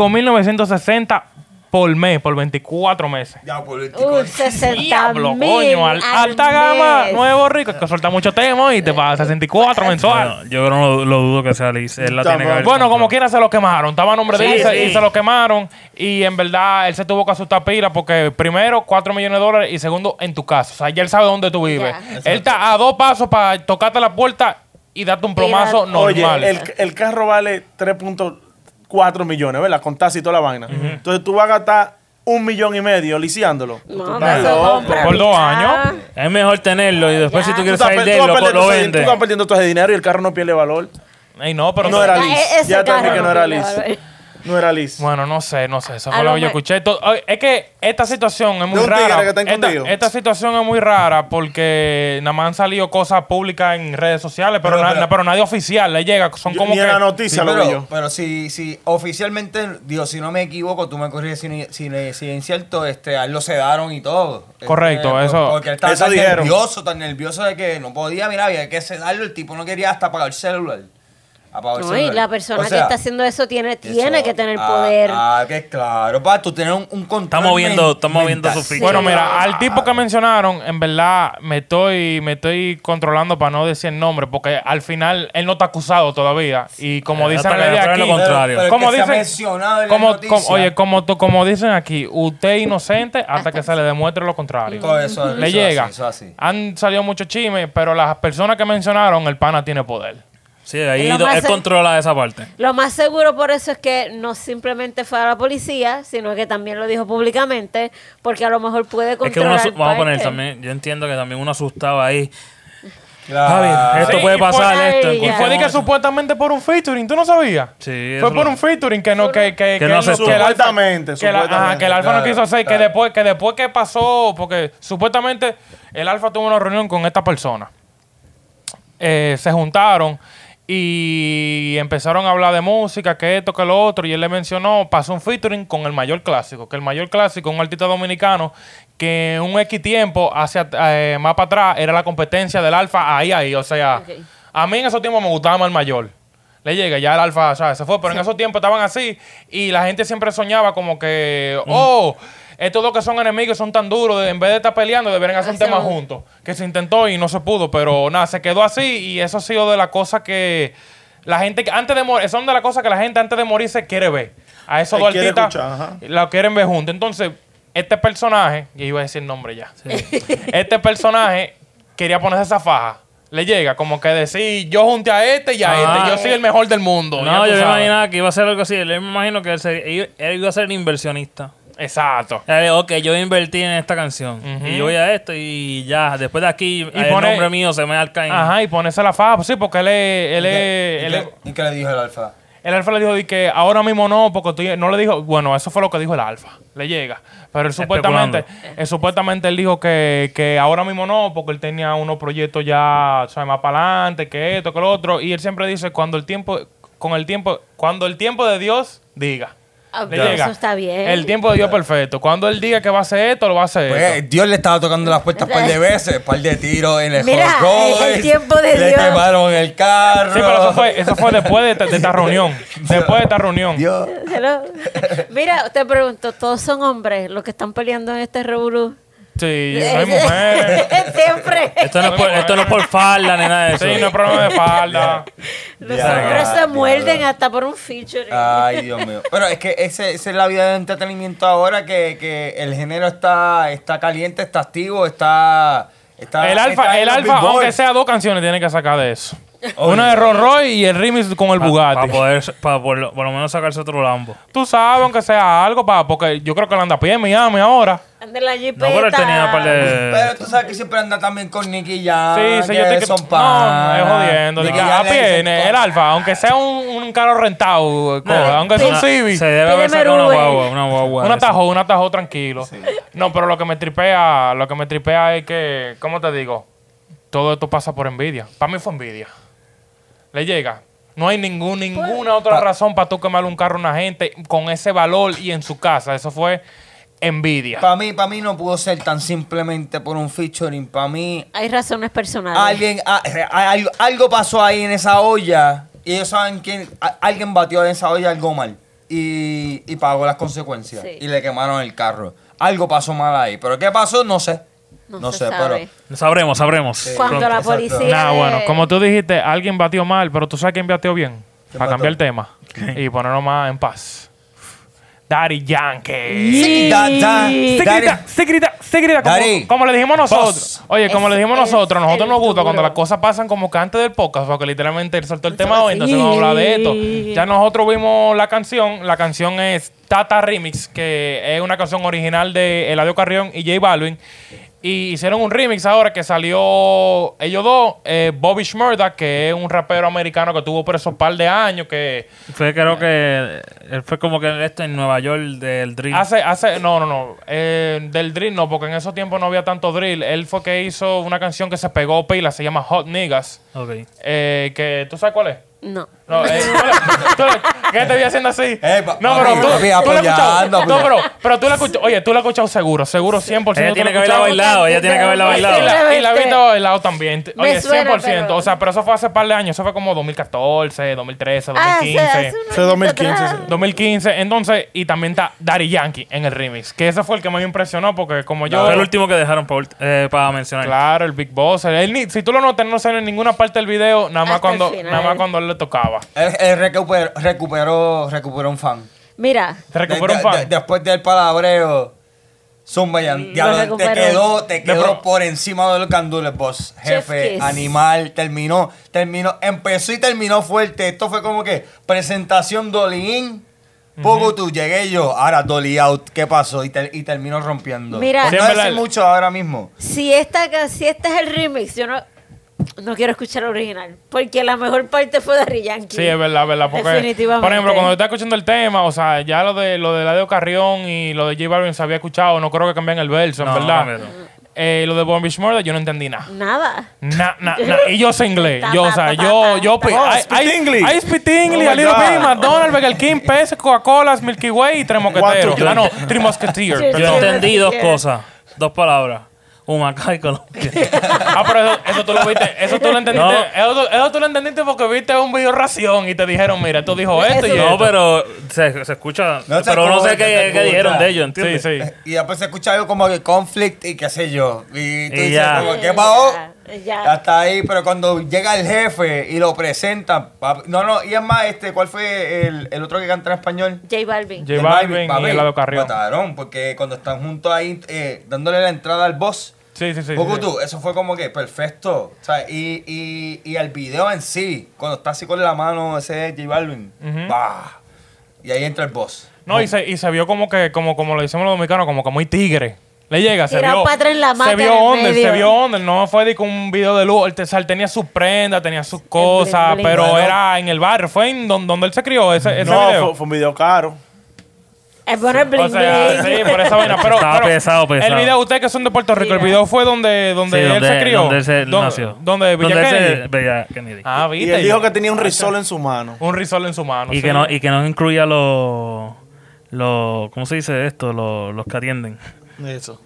[SPEAKER 3] 65.960 por mes, por 24 meses.
[SPEAKER 4] Ya, por el tico.
[SPEAKER 5] Uh, 60
[SPEAKER 3] Diablo,
[SPEAKER 5] mil.
[SPEAKER 3] coño, al-
[SPEAKER 5] al
[SPEAKER 3] alta gama,
[SPEAKER 5] mes.
[SPEAKER 3] nuevo rico, que suelta mucho tema y te paga 64 mensual.
[SPEAKER 2] Bueno, yo no lo, lo dudo que sea Liz. Él la tiene que haber
[SPEAKER 3] Bueno, como
[SPEAKER 2] comprado.
[SPEAKER 3] quiera se lo quemaron. Estaba a nombre de
[SPEAKER 2] Sí,
[SPEAKER 3] él y se-
[SPEAKER 2] sí.
[SPEAKER 3] y se lo quemaron. Y en verdad él se tuvo que asustar pila porque primero 4 millones de dólares y segundo en tu casa. O sea, ya él sabe dónde tú vives. Él está a dos pasos para tocarte la puerta y darte un plomazo
[SPEAKER 5] dar-
[SPEAKER 1] Oye,
[SPEAKER 3] normal.
[SPEAKER 1] el, el carro vale 3.4 millones, ¿verdad? Con taxi y toda la vaina. Entonces tú vas a gastar un millón y medio lisiándolo.
[SPEAKER 5] No,
[SPEAKER 1] estás
[SPEAKER 5] empezó a
[SPEAKER 1] loco.
[SPEAKER 5] comprar.
[SPEAKER 3] Por dos
[SPEAKER 5] Ah,
[SPEAKER 3] años.
[SPEAKER 2] Es mejor tenerlo y después,
[SPEAKER 5] Ya.
[SPEAKER 2] si
[SPEAKER 1] Tú
[SPEAKER 2] tú
[SPEAKER 5] Tú
[SPEAKER 2] quieres
[SPEAKER 1] estás,
[SPEAKER 2] salir
[SPEAKER 1] per-
[SPEAKER 2] de
[SPEAKER 1] tú vas
[SPEAKER 2] él, lo,
[SPEAKER 1] perdiendo
[SPEAKER 2] lo
[SPEAKER 1] todo ese-
[SPEAKER 2] vendes.
[SPEAKER 1] tú vas perdiendo todo ese dinero y el carro no pierde valor.
[SPEAKER 3] Ey, no, pero
[SPEAKER 1] No era
[SPEAKER 5] Ya,
[SPEAKER 1] Liz.
[SPEAKER 5] e- ese
[SPEAKER 1] Ya te dije
[SPEAKER 5] carro
[SPEAKER 1] que no
[SPEAKER 5] no
[SPEAKER 1] era
[SPEAKER 5] me
[SPEAKER 1] Liz.
[SPEAKER 5] vale.
[SPEAKER 1] No era Liz.
[SPEAKER 3] Bueno, no sé, no sé. Eso
[SPEAKER 5] A
[SPEAKER 3] fue lo
[SPEAKER 5] lo
[SPEAKER 3] que yo
[SPEAKER 5] me-
[SPEAKER 3] escuché. To- Ay, Es que esta situación es muy
[SPEAKER 1] un tigre
[SPEAKER 3] rara.
[SPEAKER 1] que está
[SPEAKER 3] esta,
[SPEAKER 1] escondido.
[SPEAKER 3] esta situación es muy rara porque nada más han salido cosas públicas en redes sociales, pero,
[SPEAKER 4] Pero-
[SPEAKER 3] na-
[SPEAKER 4] pero-
[SPEAKER 3] na- pero nadie oficial le llega. Son
[SPEAKER 1] Yo-
[SPEAKER 3] como
[SPEAKER 1] ni
[SPEAKER 3] que-
[SPEAKER 1] en la noticia lo vi
[SPEAKER 4] pero,
[SPEAKER 1] yo.
[SPEAKER 4] pero si, si oficialmente, digo, si no me equivoco, tú me corriges si, no- si, no- si es incierto, este, a él lo sedaron y todo. Este,
[SPEAKER 3] Correcto, eso-
[SPEAKER 4] Porque él estaba
[SPEAKER 1] eso
[SPEAKER 4] tan
[SPEAKER 1] dijeron.
[SPEAKER 4] nervioso, tan nervioso de que no podía, mira, había que sedarlo, el tipo no quería hasta apagar el celular. Apagar el
[SPEAKER 5] No, y
[SPEAKER 4] celular.
[SPEAKER 5] la persona
[SPEAKER 4] O sea,
[SPEAKER 5] que está haciendo eso tiene, tiene
[SPEAKER 4] eso-
[SPEAKER 5] que tener
[SPEAKER 4] ah,
[SPEAKER 5] poder.
[SPEAKER 4] Ah, que claro, para tú tener un, un control.
[SPEAKER 2] Estamos viendo-
[SPEAKER 4] men-
[SPEAKER 2] estamos viendo
[SPEAKER 4] mental.
[SPEAKER 2] su ficha.
[SPEAKER 3] Bueno, mira, al tipo que mencionaron, en verdad me estoy, me estoy controlando para no decir el nombre, porque al final él no está acusado todavía. Y como
[SPEAKER 2] Eh,
[SPEAKER 3] dicen
[SPEAKER 2] hasta que
[SPEAKER 3] la ley
[SPEAKER 2] le prueben lo
[SPEAKER 3] aquí,
[SPEAKER 2] contrario.
[SPEAKER 4] Pero- pero
[SPEAKER 3] como
[SPEAKER 4] que se ha
[SPEAKER 3] dicen,
[SPEAKER 4] mencionado en la
[SPEAKER 3] como,
[SPEAKER 4] noticia.
[SPEAKER 3] como- oye, como, tú- como dicen aquí, usted es inocente hasta, que se le demuestre lo contrario.
[SPEAKER 4] Todo eso, eso
[SPEAKER 3] le
[SPEAKER 4] así,
[SPEAKER 3] llega.
[SPEAKER 4] eso así.
[SPEAKER 3] Han salido muchos chimes, pero las personas que mencionaron, el pana tiene poder.
[SPEAKER 2] Sí, ahí
[SPEAKER 5] Lo
[SPEAKER 2] do-
[SPEAKER 5] más
[SPEAKER 2] él
[SPEAKER 5] se-
[SPEAKER 2] controla esa parte.
[SPEAKER 5] Lo más seguro por eso es que no simplemente fue a la policía, sino que también lo dijo públicamente, porque a lo mejor puede
[SPEAKER 2] Es que uno,
[SPEAKER 5] controlar
[SPEAKER 2] asu- vamos a poner
[SPEAKER 5] parte.
[SPEAKER 2] también, yo entiendo que también uno asustaba ahí.
[SPEAKER 4] Ah, Claro.
[SPEAKER 2] Javi, esto
[SPEAKER 3] Sí, y
[SPEAKER 2] puede
[SPEAKER 3] fue-
[SPEAKER 2] pasar,
[SPEAKER 5] Ay,
[SPEAKER 2] esto. en
[SPEAKER 3] Y fue de
[SPEAKER 5] ya. Claro.
[SPEAKER 2] cualquier
[SPEAKER 3] que
[SPEAKER 2] momento.
[SPEAKER 3] supuestamente por un featuring, ¿tú no sabías?
[SPEAKER 2] Sí,
[SPEAKER 3] Fue
[SPEAKER 2] eso
[SPEAKER 3] por
[SPEAKER 2] lo-
[SPEAKER 3] un featuring que no que que
[SPEAKER 2] Que no
[SPEAKER 3] el-
[SPEAKER 2] aceptó.
[SPEAKER 3] el Alfa-
[SPEAKER 1] Supuestamente,
[SPEAKER 3] que la- ajá,
[SPEAKER 1] supuestamente,
[SPEAKER 3] que el Alfa no
[SPEAKER 4] claro,
[SPEAKER 3] quiso hacer que
[SPEAKER 4] claro.
[SPEAKER 3] después que después que pasó porque supuestamente el Alfa tuvo una reunión con esta persona Eh, se juntaron y Y empezaron a hablar de música, que esto, que lo otro. Y él le mencionó, pasó un featuring con el mayor clásico. Que el mayor clásico, un artista dominicano, que en un X tiempo, hacia, eh, más para atrás, era la competencia del Alfa ahí, ahí. O sea,
[SPEAKER 5] Ok.
[SPEAKER 3] a mí en esos tiempos me gustaba más el mayor. Le llega, ya el Alfa ¿sabes? se fue. Pero en esos tiempos estaban así. Y la gente siempre soñaba como que, oh, estos dos que son enemigos son tan duros. de- En vez de estar peleando, deberían hacer un
[SPEAKER 5] Hacer
[SPEAKER 3] tema
[SPEAKER 5] un-
[SPEAKER 3] juntos punto, que se intentó y no se pudo, pero nada, se quedó así y eso ha sido de las cosas que la gente que antes de morir, son de las cosas que la gente antes de morir se quiere ver. A esos
[SPEAKER 1] Ahí
[SPEAKER 3] dos
[SPEAKER 1] quiere
[SPEAKER 3] artistas
[SPEAKER 1] escuchar, ajá.
[SPEAKER 3] la quieren ver juntos. Entonces, este personaje, y iba a decir el nombre ya, este personaje quería ponerse esa faja. Le llega como que decir, yo junté a este y a
[SPEAKER 2] Ah.
[SPEAKER 3] este, yo soy el mejor del mundo. ya
[SPEAKER 2] No,
[SPEAKER 3] tú
[SPEAKER 2] yo me
[SPEAKER 3] sabes.
[SPEAKER 2] imaginaba que iba a ser algo así. Yo me imagino que él, se- él iba a ser inversionista.
[SPEAKER 3] Exacto.
[SPEAKER 2] Eh, ok, yo invertí en esta canción. Y yo voy a esto y ya, después de aquí, el
[SPEAKER 3] pone-
[SPEAKER 2] nombre mío se me alca en...
[SPEAKER 3] Ajá, y ponerse la faja, pues sí, porque él es... Él
[SPEAKER 4] ¿Y
[SPEAKER 3] es,
[SPEAKER 4] qué-
[SPEAKER 3] él
[SPEAKER 4] y
[SPEAKER 3] es-
[SPEAKER 4] qué- ¿Y qué le dijo el alfa?
[SPEAKER 3] El alfa le dijo de que ahora mismo no, porque estoy- no le dijo, bueno, eso fue lo que dijo el alfa, le llega. Pero él supuestamente, él supuestamente él dijo que, que ahora mismo no, porque él tenía unos proyectos ya, sabes, más para adelante, que esto, que lo otro. Y él siempre dice, cuando el tiempo, con el tiempo, cuando el tiempo de Dios diga.
[SPEAKER 5] Ah,
[SPEAKER 3] Le
[SPEAKER 5] pero
[SPEAKER 3] llega.
[SPEAKER 5] Eso está bien.
[SPEAKER 3] El tiempo de Dios es perfecto. Cuando él diga que va a hacer esto, lo va a hacer.
[SPEAKER 4] Pues,
[SPEAKER 3] esto.
[SPEAKER 4] eh, Dios le estaba tocando las puertas un par de veces, un par de tiros en el
[SPEAKER 5] Mira,
[SPEAKER 4] Rolls Royce,
[SPEAKER 5] el tiempo de
[SPEAKER 4] le
[SPEAKER 5] Dios.
[SPEAKER 4] quemaron el carro.
[SPEAKER 3] Sí, pero eso fue, eso fue después de, esta- de esta reunión. Después de esta reunión.
[SPEAKER 4] Dios.
[SPEAKER 5] Hello. Mira, te pregunto, todos son hombres los que están peleando en este revolú.
[SPEAKER 3] Sí, no hay mujeres.
[SPEAKER 5] Siempre.
[SPEAKER 2] Esto no, es por, esto no es por falda ni nada de eso.
[SPEAKER 3] Sí, no hay problema de falda.
[SPEAKER 5] Los
[SPEAKER 4] Ya,
[SPEAKER 5] hombres se
[SPEAKER 4] ya,
[SPEAKER 5] muerden
[SPEAKER 4] ya.
[SPEAKER 5] hasta por un feature.
[SPEAKER 4] Ay, Dios mío. Pero es que ese, esa es la vida de entretenimiento ahora, que, que el género está, está caliente, está activo, está... está
[SPEAKER 3] El
[SPEAKER 4] está
[SPEAKER 3] alfa,
[SPEAKER 4] en
[SPEAKER 3] el
[SPEAKER 4] los
[SPEAKER 3] alfa
[SPEAKER 4] Billboard.
[SPEAKER 3] aunque sea dos canciones, tiene que sacar de eso.
[SPEAKER 4] Oye.
[SPEAKER 3] Una de Rolls Royce y el remix con el Bugatti.
[SPEAKER 2] Para poder, para por, lo- por lo menos sacarse otro Lambo.
[SPEAKER 3] Tú sabes, aunque sea algo, pa, porque yo creo que él anda a pie en Miami ahora.
[SPEAKER 5] Ande la
[SPEAKER 2] No,
[SPEAKER 5] jipeta.
[SPEAKER 2] pero él tenía un par
[SPEAKER 4] Pero
[SPEAKER 2] de...
[SPEAKER 4] tú sabes que siempre anda también con Nicky Jam,
[SPEAKER 3] Sí, sí,
[SPEAKER 4] Ah, que
[SPEAKER 3] yo estoy que-
[SPEAKER 4] son
[SPEAKER 3] No,
[SPEAKER 4] panas.
[SPEAKER 3] es jodiendo. ah,
[SPEAKER 4] Nicky
[SPEAKER 3] diga,
[SPEAKER 4] Jam
[SPEAKER 3] a
[SPEAKER 4] le
[SPEAKER 3] pie, en
[SPEAKER 4] dicen
[SPEAKER 3] el, el
[SPEAKER 4] todo.
[SPEAKER 3] alfa, aunque sea un, un carro rentado, coja, aunque sea un
[SPEAKER 2] Una-
[SPEAKER 3] Civic.
[SPEAKER 2] Se debe haber
[SPEAKER 5] Pídeme
[SPEAKER 2] sacado una
[SPEAKER 5] Uber.
[SPEAKER 2] guagua, una guagua.
[SPEAKER 3] Un
[SPEAKER 2] de esas.
[SPEAKER 3] atajo, un atajo tranquilo. No, pero lo que me tripea, lo que me tripea es que, ¿cómo te digo? Todo esto pasa por envidia. Para mí fue envidia. Le llega. No hay ningún, ninguna otra razón para tú quemar un carro a una gente con ese valor y en su casa. Eso fue envidia.
[SPEAKER 4] Para mí, para mí no pudo ser tan simplemente por un featuring. Para mí,
[SPEAKER 5] Hay razones personales.
[SPEAKER 4] alguien, a- a- algo, algo pasó ahí en esa olla y ellos saben que alguien batió en esa olla algo mal y, y pagó las consecuencias
[SPEAKER 5] Sí.
[SPEAKER 4] y le quemaron el carro. Algo pasó mal ahí, pero ¿qué pasó? No sé. No,
[SPEAKER 5] No se
[SPEAKER 4] sé,
[SPEAKER 5] sabe.
[SPEAKER 2] Sabremos, sabremos.
[SPEAKER 5] Cuando
[SPEAKER 4] Pronto,
[SPEAKER 5] la
[SPEAKER 4] exacto.
[SPEAKER 5] policía.
[SPEAKER 3] Nada,
[SPEAKER 5] de-
[SPEAKER 3] bueno, como tú dijiste, alguien batió mal, pero tú sabes quién batió bien. Para cambiar el tema y ponernos más en paz. Daddy Yankee.
[SPEAKER 4] pero. Da- da-
[SPEAKER 3] Se
[SPEAKER 4] daddy-
[SPEAKER 3] grita, se grita, se grita. Como,
[SPEAKER 4] Daddy.
[SPEAKER 3] como le dijimos nosotros.
[SPEAKER 4] Boss.
[SPEAKER 3] Oye, como
[SPEAKER 5] Es-
[SPEAKER 3] le dijimos
[SPEAKER 5] es
[SPEAKER 3] nosotros, a nosotros
[SPEAKER 5] el
[SPEAKER 3] nos gusta cuando
[SPEAKER 5] duro.
[SPEAKER 3] las cosas pasan como que antes del podcast, porque literalmente él soltó el
[SPEAKER 5] Eso
[SPEAKER 3] tema hoy,
[SPEAKER 5] así.
[SPEAKER 3] entonces vamos a hablar de esto. Ya nosotros vimos la canción, la canción es Tata Remix, que es una canción original de Eladio Carrión y J Balvin. Y hicieron un remix ahora que salió ellos dos, eh, Bobby Shmurda, que es un rapero americano que tuvo preso un par de años, que
[SPEAKER 2] Fue creo que... Él fue como que esto en Nueva York del Dream.
[SPEAKER 3] Hace, hace, no, no, no. Eh, del drill no, porque en esos tiempos no había tanto drill. Él fue que hizo una canción que se pegó pila, se llama Hot Niggas.
[SPEAKER 2] Ok.
[SPEAKER 3] Eh, que, ¿tú sabes cuál es?
[SPEAKER 5] No.
[SPEAKER 3] No, eh, tú le- tú le- ¿Qué te vi haciendo así?
[SPEAKER 4] Eh, pa-
[SPEAKER 3] no,
[SPEAKER 4] papi,
[SPEAKER 3] pero tú, tú
[SPEAKER 4] papi,
[SPEAKER 3] la escuchas.
[SPEAKER 4] apoyando,
[SPEAKER 3] No,
[SPEAKER 4] apoyando.
[SPEAKER 3] pero, pero tú la escuchas. Oye, tú la has escuchado seguro, seguro, 100%.
[SPEAKER 2] Ella
[SPEAKER 3] tú
[SPEAKER 2] tiene
[SPEAKER 3] la
[SPEAKER 2] que haberla
[SPEAKER 3] escuchado.
[SPEAKER 2] bailado, ella tiene que haberla bailado.
[SPEAKER 3] Y la, y la viste bailado también.
[SPEAKER 5] Me
[SPEAKER 3] Oye,
[SPEAKER 5] suena,
[SPEAKER 3] 100%.
[SPEAKER 5] pero-
[SPEAKER 3] O sea, pero eso fue hace par de años. Eso fue como 2014, 2013,
[SPEAKER 5] Ah,
[SPEAKER 3] 2015.
[SPEAKER 5] hace- hace unos
[SPEAKER 1] Fue 2015,
[SPEAKER 5] años
[SPEAKER 1] sí.
[SPEAKER 5] atrás.
[SPEAKER 3] 2015, entonces, y también está Daddy Yankee en el remix, que ese fue el que más me impresionó porque como yo...
[SPEAKER 2] Fue el último que dejaron eh, para mencionar.
[SPEAKER 3] Claro, el Big Boss. él ni- si tú lo notas, no sale en ninguna parte del video, nada más,
[SPEAKER 5] Hasta el
[SPEAKER 3] cuando,
[SPEAKER 5] final.
[SPEAKER 3] nada más cuando él le tocaba.
[SPEAKER 4] Él, él recuperó, recuperó, recuperó un fan.
[SPEAKER 5] Mira,
[SPEAKER 3] Se recuperó
[SPEAKER 4] De-
[SPEAKER 3] un
[SPEAKER 4] de-
[SPEAKER 3] fan.
[SPEAKER 4] de- después del palabreo. Zumba ya, diablo, te
[SPEAKER 5] recuperó.
[SPEAKER 4] quedó, te
[SPEAKER 3] De
[SPEAKER 4] quedó
[SPEAKER 3] pro-
[SPEAKER 4] por encima de los candules, boss.
[SPEAKER 5] Chef
[SPEAKER 4] Jefe,
[SPEAKER 5] Kiss.
[SPEAKER 4] animal, terminó, terminó, empezó y terminó fuerte. Esto fue como que presentación Dolly in, poco tú, llegué yo, ahora Dolly out, ¿qué pasó? Y, ter- y terminó rompiendo.
[SPEAKER 5] Mira.
[SPEAKER 4] Por no
[SPEAKER 3] Siempre la-
[SPEAKER 4] decir mucho ahora mismo.
[SPEAKER 5] si, esta, ca- si este es el remix, yo no, no quiero escuchar el original. Porque la mejor parte fue de Riyanki.
[SPEAKER 3] Sí, es verdad, es verdad. Porque,
[SPEAKER 5] Definitivamente.
[SPEAKER 3] Por ejemplo, cuando yo estaba escuchando el tema, o sea, ya lo de lo de Eladio Carrión y lo de J Balvin se había escuchado, no creo que cambien el verso, en
[SPEAKER 2] No,
[SPEAKER 3] verdad.
[SPEAKER 2] no, no.
[SPEAKER 3] eh, lo de Born Beach Murder, yo no entendí nada.
[SPEAKER 5] Nada.
[SPEAKER 3] Na, na, na. Y yo sé inglés. Yo, o sea, yo, yo. pi-
[SPEAKER 1] Oh,
[SPEAKER 3] I- I-
[SPEAKER 1] speak English.
[SPEAKER 3] I speak English,
[SPEAKER 1] Oh
[SPEAKER 3] a
[SPEAKER 1] my
[SPEAKER 3] little
[SPEAKER 1] God.
[SPEAKER 3] bit, McDonald's, Burger King, Pepsi, Coca-Cola, Milky Way y tres mosqueteros.
[SPEAKER 1] two,
[SPEAKER 3] Ah, no, tres mosqueteers.
[SPEAKER 5] Sí,
[SPEAKER 3] perdón.
[SPEAKER 2] Yo entendí dos
[SPEAKER 5] Yeah.
[SPEAKER 2] cosas, dos palabras. Humacao y Colombia.
[SPEAKER 3] Ah, pero eso, eso tú lo viste, eso tú lo entendiste,
[SPEAKER 2] No.
[SPEAKER 3] eso, eso tú lo entendiste porque viste un video ración y te dijeron, mira, tú dijo esto y
[SPEAKER 2] No,
[SPEAKER 3] esto.
[SPEAKER 2] pero se, se escucha.
[SPEAKER 4] No se
[SPEAKER 2] pero no sé
[SPEAKER 4] escucha,
[SPEAKER 2] qué,
[SPEAKER 4] se
[SPEAKER 2] qué dijeron
[SPEAKER 4] escucha.
[SPEAKER 2] de ellos,
[SPEAKER 3] Sí,
[SPEAKER 2] ¿entiendes?
[SPEAKER 3] sí.
[SPEAKER 4] Eh, Y después se escucha algo como que conflict y qué sé yo. Y tú
[SPEAKER 2] Y
[SPEAKER 4] dices,
[SPEAKER 2] ya.
[SPEAKER 4] como, ¿qué pasó?
[SPEAKER 5] Ya, ya.
[SPEAKER 4] Hasta ahí, pero cuando llega el jefe y lo presenta. papi- No, no, y es más, este, ¿cuál fue el, el otro que canta en español?
[SPEAKER 5] J Balvin.
[SPEAKER 3] J Balvin y Eladio Carrión.
[SPEAKER 4] Mataron, porque cuando están juntos ahí eh, dándole la entrada al boss.
[SPEAKER 3] Sí, sí, sí.
[SPEAKER 4] Poco
[SPEAKER 3] sí.
[SPEAKER 4] tú, eso fue como que perfecto. O sea, y, y, y el video en sí, cuando está así con la mano ese J Balvin, bah, y ahí entra el boss.
[SPEAKER 3] No, y se, y se vio como que, como, como lo decimos los dominicanos, como que muy tigre. Le llega, se
[SPEAKER 5] Tirado
[SPEAKER 3] vio.
[SPEAKER 5] para atrás en la
[SPEAKER 3] se
[SPEAKER 5] hamaca en
[SPEAKER 3] vio
[SPEAKER 5] el
[SPEAKER 3] onda, se
[SPEAKER 5] medio.
[SPEAKER 3] vio onda. No fue de que un video de luz. él te- o sea, él tenía sus prendas, tenía sus cosas,
[SPEAKER 5] bling.
[SPEAKER 3] pero
[SPEAKER 4] Bueno.
[SPEAKER 3] era en el barrio. Fue en don- donde él se crió ese, ese
[SPEAKER 1] No,
[SPEAKER 3] video.
[SPEAKER 1] fue, fue un video caro.
[SPEAKER 5] Es bueno el bling
[SPEAKER 3] O sea,
[SPEAKER 5] bling.
[SPEAKER 3] sí, por esa vaina. Pero,
[SPEAKER 2] Estaba
[SPEAKER 3] pero
[SPEAKER 2] pesado, pesado.
[SPEAKER 3] El video, ustedes que son de Puerto Rico, el
[SPEAKER 5] Mira.
[SPEAKER 3] video fue donde, donde
[SPEAKER 2] Sí,
[SPEAKER 3] él
[SPEAKER 2] donde-
[SPEAKER 3] se crió.
[SPEAKER 2] Donde él se
[SPEAKER 3] Don-
[SPEAKER 2] nació.
[SPEAKER 3] Donde Villa
[SPEAKER 2] él se-
[SPEAKER 3] Kennedy.
[SPEAKER 2] Villa Kennedy.
[SPEAKER 3] Ah, viste.
[SPEAKER 1] Y él dijo que tenía un risol en su mano.
[SPEAKER 3] Un risol en su mano.
[SPEAKER 2] y,
[SPEAKER 3] sí.
[SPEAKER 2] que no, y que no incluía los. los ¿Cómo se dice esto? Los, los que atienden.
[SPEAKER 1] Eso.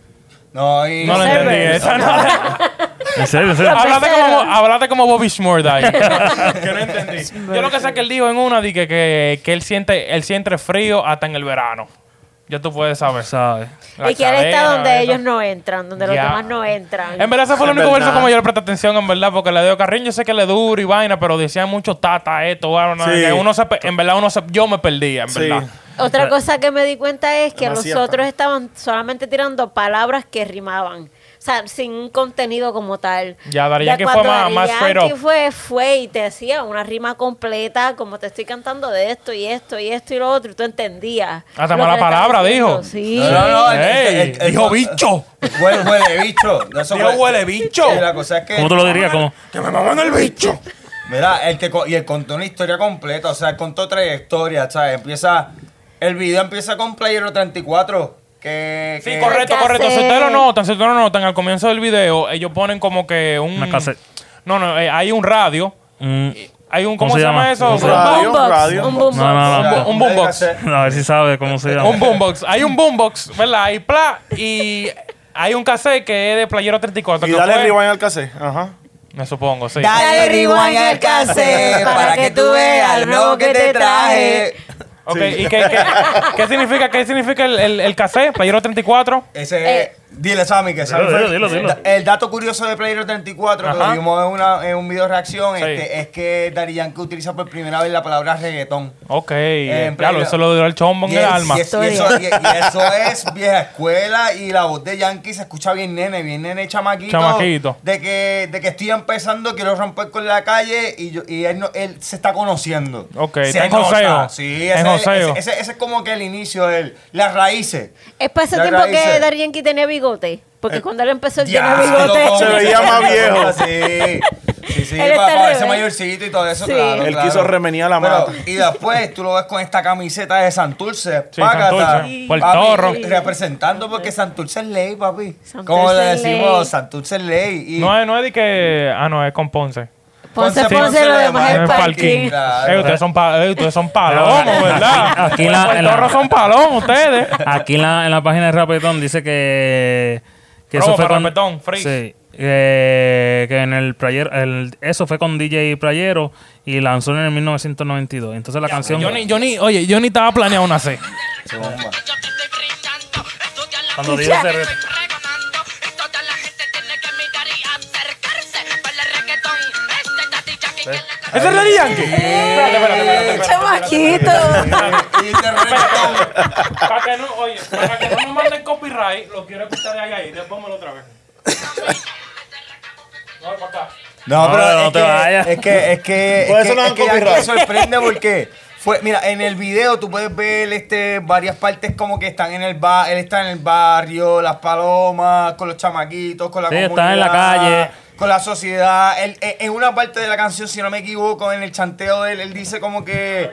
[SPEAKER 4] No, y
[SPEAKER 3] No lo
[SPEAKER 5] Observe.
[SPEAKER 3] entendí. Esa no la-
[SPEAKER 2] En serio, en serio.
[SPEAKER 5] Ah,
[SPEAKER 3] Hablate
[SPEAKER 5] Tercero.
[SPEAKER 3] como, hablate como Bobby Shmurda ahí. que no entendí. Yo lo que sé que él dijo en una, di que, que, que él, siente, él siente frío hasta en el verano. Ya tú puedes saber.
[SPEAKER 2] ¿Sabes?
[SPEAKER 3] La
[SPEAKER 5] y que él está
[SPEAKER 3] cadena,
[SPEAKER 5] donde
[SPEAKER 3] eso.
[SPEAKER 5] ellos no entran, donde
[SPEAKER 3] Ya.
[SPEAKER 5] los demás no entran.
[SPEAKER 3] En verdad, ese fue el
[SPEAKER 4] Es
[SPEAKER 3] único verso
[SPEAKER 4] verdad.
[SPEAKER 3] como yo le presté atención, en verdad, porque le dio carriño. Yo sé que le duro y vaina, pero decía mucho tata, esto, bueno,
[SPEAKER 1] Sí.
[SPEAKER 3] que uno se pe- en verdad, uno se, yo me perdía, en
[SPEAKER 1] Sí.
[SPEAKER 3] verdad.
[SPEAKER 5] Otra cosa que me di cuenta es que
[SPEAKER 1] Una
[SPEAKER 5] los
[SPEAKER 1] siesta.
[SPEAKER 5] otros estaban solamente tirando palabras que rimaban. O sea, sin un contenido como tal.
[SPEAKER 3] Ya, Daddy Yankee fue
[SPEAKER 5] cuando
[SPEAKER 3] más-
[SPEAKER 5] Daddy
[SPEAKER 3] más straight
[SPEAKER 5] Yankee
[SPEAKER 3] up.
[SPEAKER 5] fue, fue y te hacía una rima completa, como te estoy cantando de esto y esto y esto y lo otro, y tú entendías.
[SPEAKER 3] Hasta
[SPEAKER 5] lo que
[SPEAKER 3] Ah, mala
[SPEAKER 5] le estaba
[SPEAKER 3] palabra
[SPEAKER 5] diciendo.
[SPEAKER 3] dijo.
[SPEAKER 5] Sí.
[SPEAKER 4] No, no, no. el-
[SPEAKER 3] Ey,
[SPEAKER 4] el- el- el-
[SPEAKER 3] dijo bicho.
[SPEAKER 4] Pues Huele, huele bicho. No, eso
[SPEAKER 3] Dijo huele bicho.
[SPEAKER 4] Y la cosa es que.
[SPEAKER 2] ¿Cómo tú lo dirías? ¿Cómo?
[SPEAKER 3] ¡Que me maman el bicho!
[SPEAKER 4] Mira, el que co- y él contó una historia completa, o sea, él contó tres historias, ¿sabes? Empieza. El video empieza con Playero 34. Que,
[SPEAKER 3] Sí,
[SPEAKER 4] que-
[SPEAKER 3] correcto,
[SPEAKER 5] Hay que
[SPEAKER 3] correcto. Si
[SPEAKER 5] hacer-
[SPEAKER 3] ustedes lo notan, si ustedes lo notan, al comienzo del video, ellos ponen como que un.
[SPEAKER 2] Una cassette.
[SPEAKER 3] No, no, eh, hay un radio.
[SPEAKER 2] Mm,
[SPEAKER 3] Hay un. ¿Cómo, se, llama, eso?
[SPEAKER 1] Un radio,
[SPEAKER 5] boombox,
[SPEAKER 1] radio.
[SPEAKER 5] un boombox.
[SPEAKER 2] No, no, no.
[SPEAKER 3] un boombox.
[SPEAKER 2] a ver si sabe cómo se llama.
[SPEAKER 3] Un boombox. Hay un boombox, ¿verdad? Hay pla. Y hay un cassette que es de Playero 34.
[SPEAKER 1] Y
[SPEAKER 3] que
[SPEAKER 1] dale
[SPEAKER 3] fue-
[SPEAKER 1] rewind al cassette. Ajá.
[SPEAKER 3] Me supongo, sí.
[SPEAKER 5] Dale rewind al cassette para que tú veas lo nuevo que te traje.
[SPEAKER 3] Ok, ¿y qué, qué, qué significa, qué significa el, el, el cassette? Playero 34.
[SPEAKER 4] Ese es-
[SPEAKER 5] Eh.
[SPEAKER 4] Dile, Sammy, que sabe.
[SPEAKER 2] dilo, dilo, dilo.
[SPEAKER 4] Da- El dato curioso de Playero 34, que
[SPEAKER 3] Ajá.
[SPEAKER 4] lo vimos en, una- en un video de reacción,
[SPEAKER 3] Sí.
[SPEAKER 4] este, es que Daddy Yankee utiliza por primera vez la palabra reggaetón.
[SPEAKER 3] Ok.
[SPEAKER 4] Eh, en
[SPEAKER 3] claro,
[SPEAKER 4] Playero-
[SPEAKER 3] eso lo dio el chombo en
[SPEAKER 4] Y
[SPEAKER 3] el
[SPEAKER 4] es-
[SPEAKER 3] alma.
[SPEAKER 4] Y, es- y eso, y- y eso es vieja escuela y la voz de Yankee se escucha bien nene, bien nene chamaquito.
[SPEAKER 3] Chamaquito.
[SPEAKER 4] De que, de que estoy empezando, quiero romper con la calle y, yo- y él, no- él se está conociendo.
[SPEAKER 3] Ok,
[SPEAKER 4] Se
[SPEAKER 3] está en
[SPEAKER 4] nota.
[SPEAKER 3] joseo.
[SPEAKER 4] Sí,
[SPEAKER 3] En
[SPEAKER 4] ese, es-
[SPEAKER 3] joseo.
[SPEAKER 4] ese- ese- ese es como que el inicio, el, las raíces.
[SPEAKER 5] Es para ese
[SPEAKER 4] Ya
[SPEAKER 5] tiempo
[SPEAKER 4] raíces.
[SPEAKER 5] que Daddy Yankee tenía bigote. Porque cuando él empezó, él
[SPEAKER 4] Ya,
[SPEAKER 5] tenía bigote.
[SPEAKER 4] loco.
[SPEAKER 1] Se veía más viejo.
[SPEAKER 4] Ah, Sí, sí, sí
[SPEAKER 5] Él
[SPEAKER 4] para,
[SPEAKER 5] está al
[SPEAKER 4] para verse
[SPEAKER 5] revés.
[SPEAKER 4] mayorcito y todo eso,
[SPEAKER 5] Sí.
[SPEAKER 4] claro.
[SPEAKER 1] Él
[SPEAKER 4] claro.
[SPEAKER 1] quiso remenear la
[SPEAKER 4] Pero-
[SPEAKER 1] mata.
[SPEAKER 4] Y después tú lo ves con esta camiseta de Santurce,
[SPEAKER 3] Sí,
[SPEAKER 4] Pácata,
[SPEAKER 3] Santurce.
[SPEAKER 4] papi,
[SPEAKER 3] Puerto Rico.
[SPEAKER 4] y Representando porque Santurce es ley, papi.
[SPEAKER 5] Santurce
[SPEAKER 4] Como le
[SPEAKER 5] es
[SPEAKER 4] decimos,
[SPEAKER 5] ley.
[SPEAKER 4] Santurce es ley. Y
[SPEAKER 3] No es, no es de que. Ah, no, es con Ponce.
[SPEAKER 5] Ponce, ponce, lo demás
[SPEAKER 3] En
[SPEAKER 5] es
[SPEAKER 3] el parking.
[SPEAKER 5] parking.
[SPEAKER 4] Claro.
[SPEAKER 3] Eh, ustedes son, pa- eh, ustedes son palomos,
[SPEAKER 2] Aquí-
[SPEAKER 3] ¿verdad?
[SPEAKER 2] aquí
[SPEAKER 3] Los
[SPEAKER 2] la- en la-
[SPEAKER 3] puertorros son palomos, ustedes.
[SPEAKER 2] Aquí en la, en la página de Rapetón dice que. que
[SPEAKER 3] Promo para
[SPEAKER 2] con-
[SPEAKER 3] Rapetón, free.
[SPEAKER 2] Sí. Que, que en el playero. el- eso fue con DJ Playero y lanzó en el 1992. Entonces la canción.
[SPEAKER 3] Yo ni, yo ni, oye, yo ni estaba planeado una C.
[SPEAKER 4] Sí, bomba.
[SPEAKER 6] Yo te estoy gritando, estudia la
[SPEAKER 2] Cuando
[SPEAKER 6] música,
[SPEAKER 2] dice-
[SPEAKER 6] te estoy pregonando, y toda la gente tiene que mirar y acercarse para el reggaetón. Este Daddy Yankee que le
[SPEAKER 3] ¿Ese es el Daddy Yankee? Espérate, espérate, espérate, espérate.
[SPEAKER 5] Chamaquito.
[SPEAKER 4] Y este reggaetón.
[SPEAKER 3] Para que no, oye, para que no me manden copyright, lo quiero escuchar de ahí ahí. Después me lo otra vez. No, para acá.
[SPEAKER 4] No,
[SPEAKER 2] No,
[SPEAKER 4] pero
[SPEAKER 2] no
[SPEAKER 4] es,
[SPEAKER 2] te
[SPEAKER 4] que,
[SPEAKER 2] vayas.
[SPEAKER 4] es que es que
[SPEAKER 1] Por
[SPEAKER 4] es
[SPEAKER 1] eso
[SPEAKER 4] que-
[SPEAKER 1] no
[SPEAKER 4] es
[SPEAKER 1] dan
[SPEAKER 4] que ya
[SPEAKER 1] copyright.
[SPEAKER 4] me sorprende porque fue, mira, en el video tú puedes ver este varias partes como que están en el bar, él está en el barrio, las palomas, con los chamaquitos, con la
[SPEAKER 2] Sí,
[SPEAKER 4] comunidad.
[SPEAKER 2] está en la calle.
[SPEAKER 4] Con la sociedad. Él- eh, en- en una parte de la canción, si no me equivoco, en el chanteo de él, él dice como que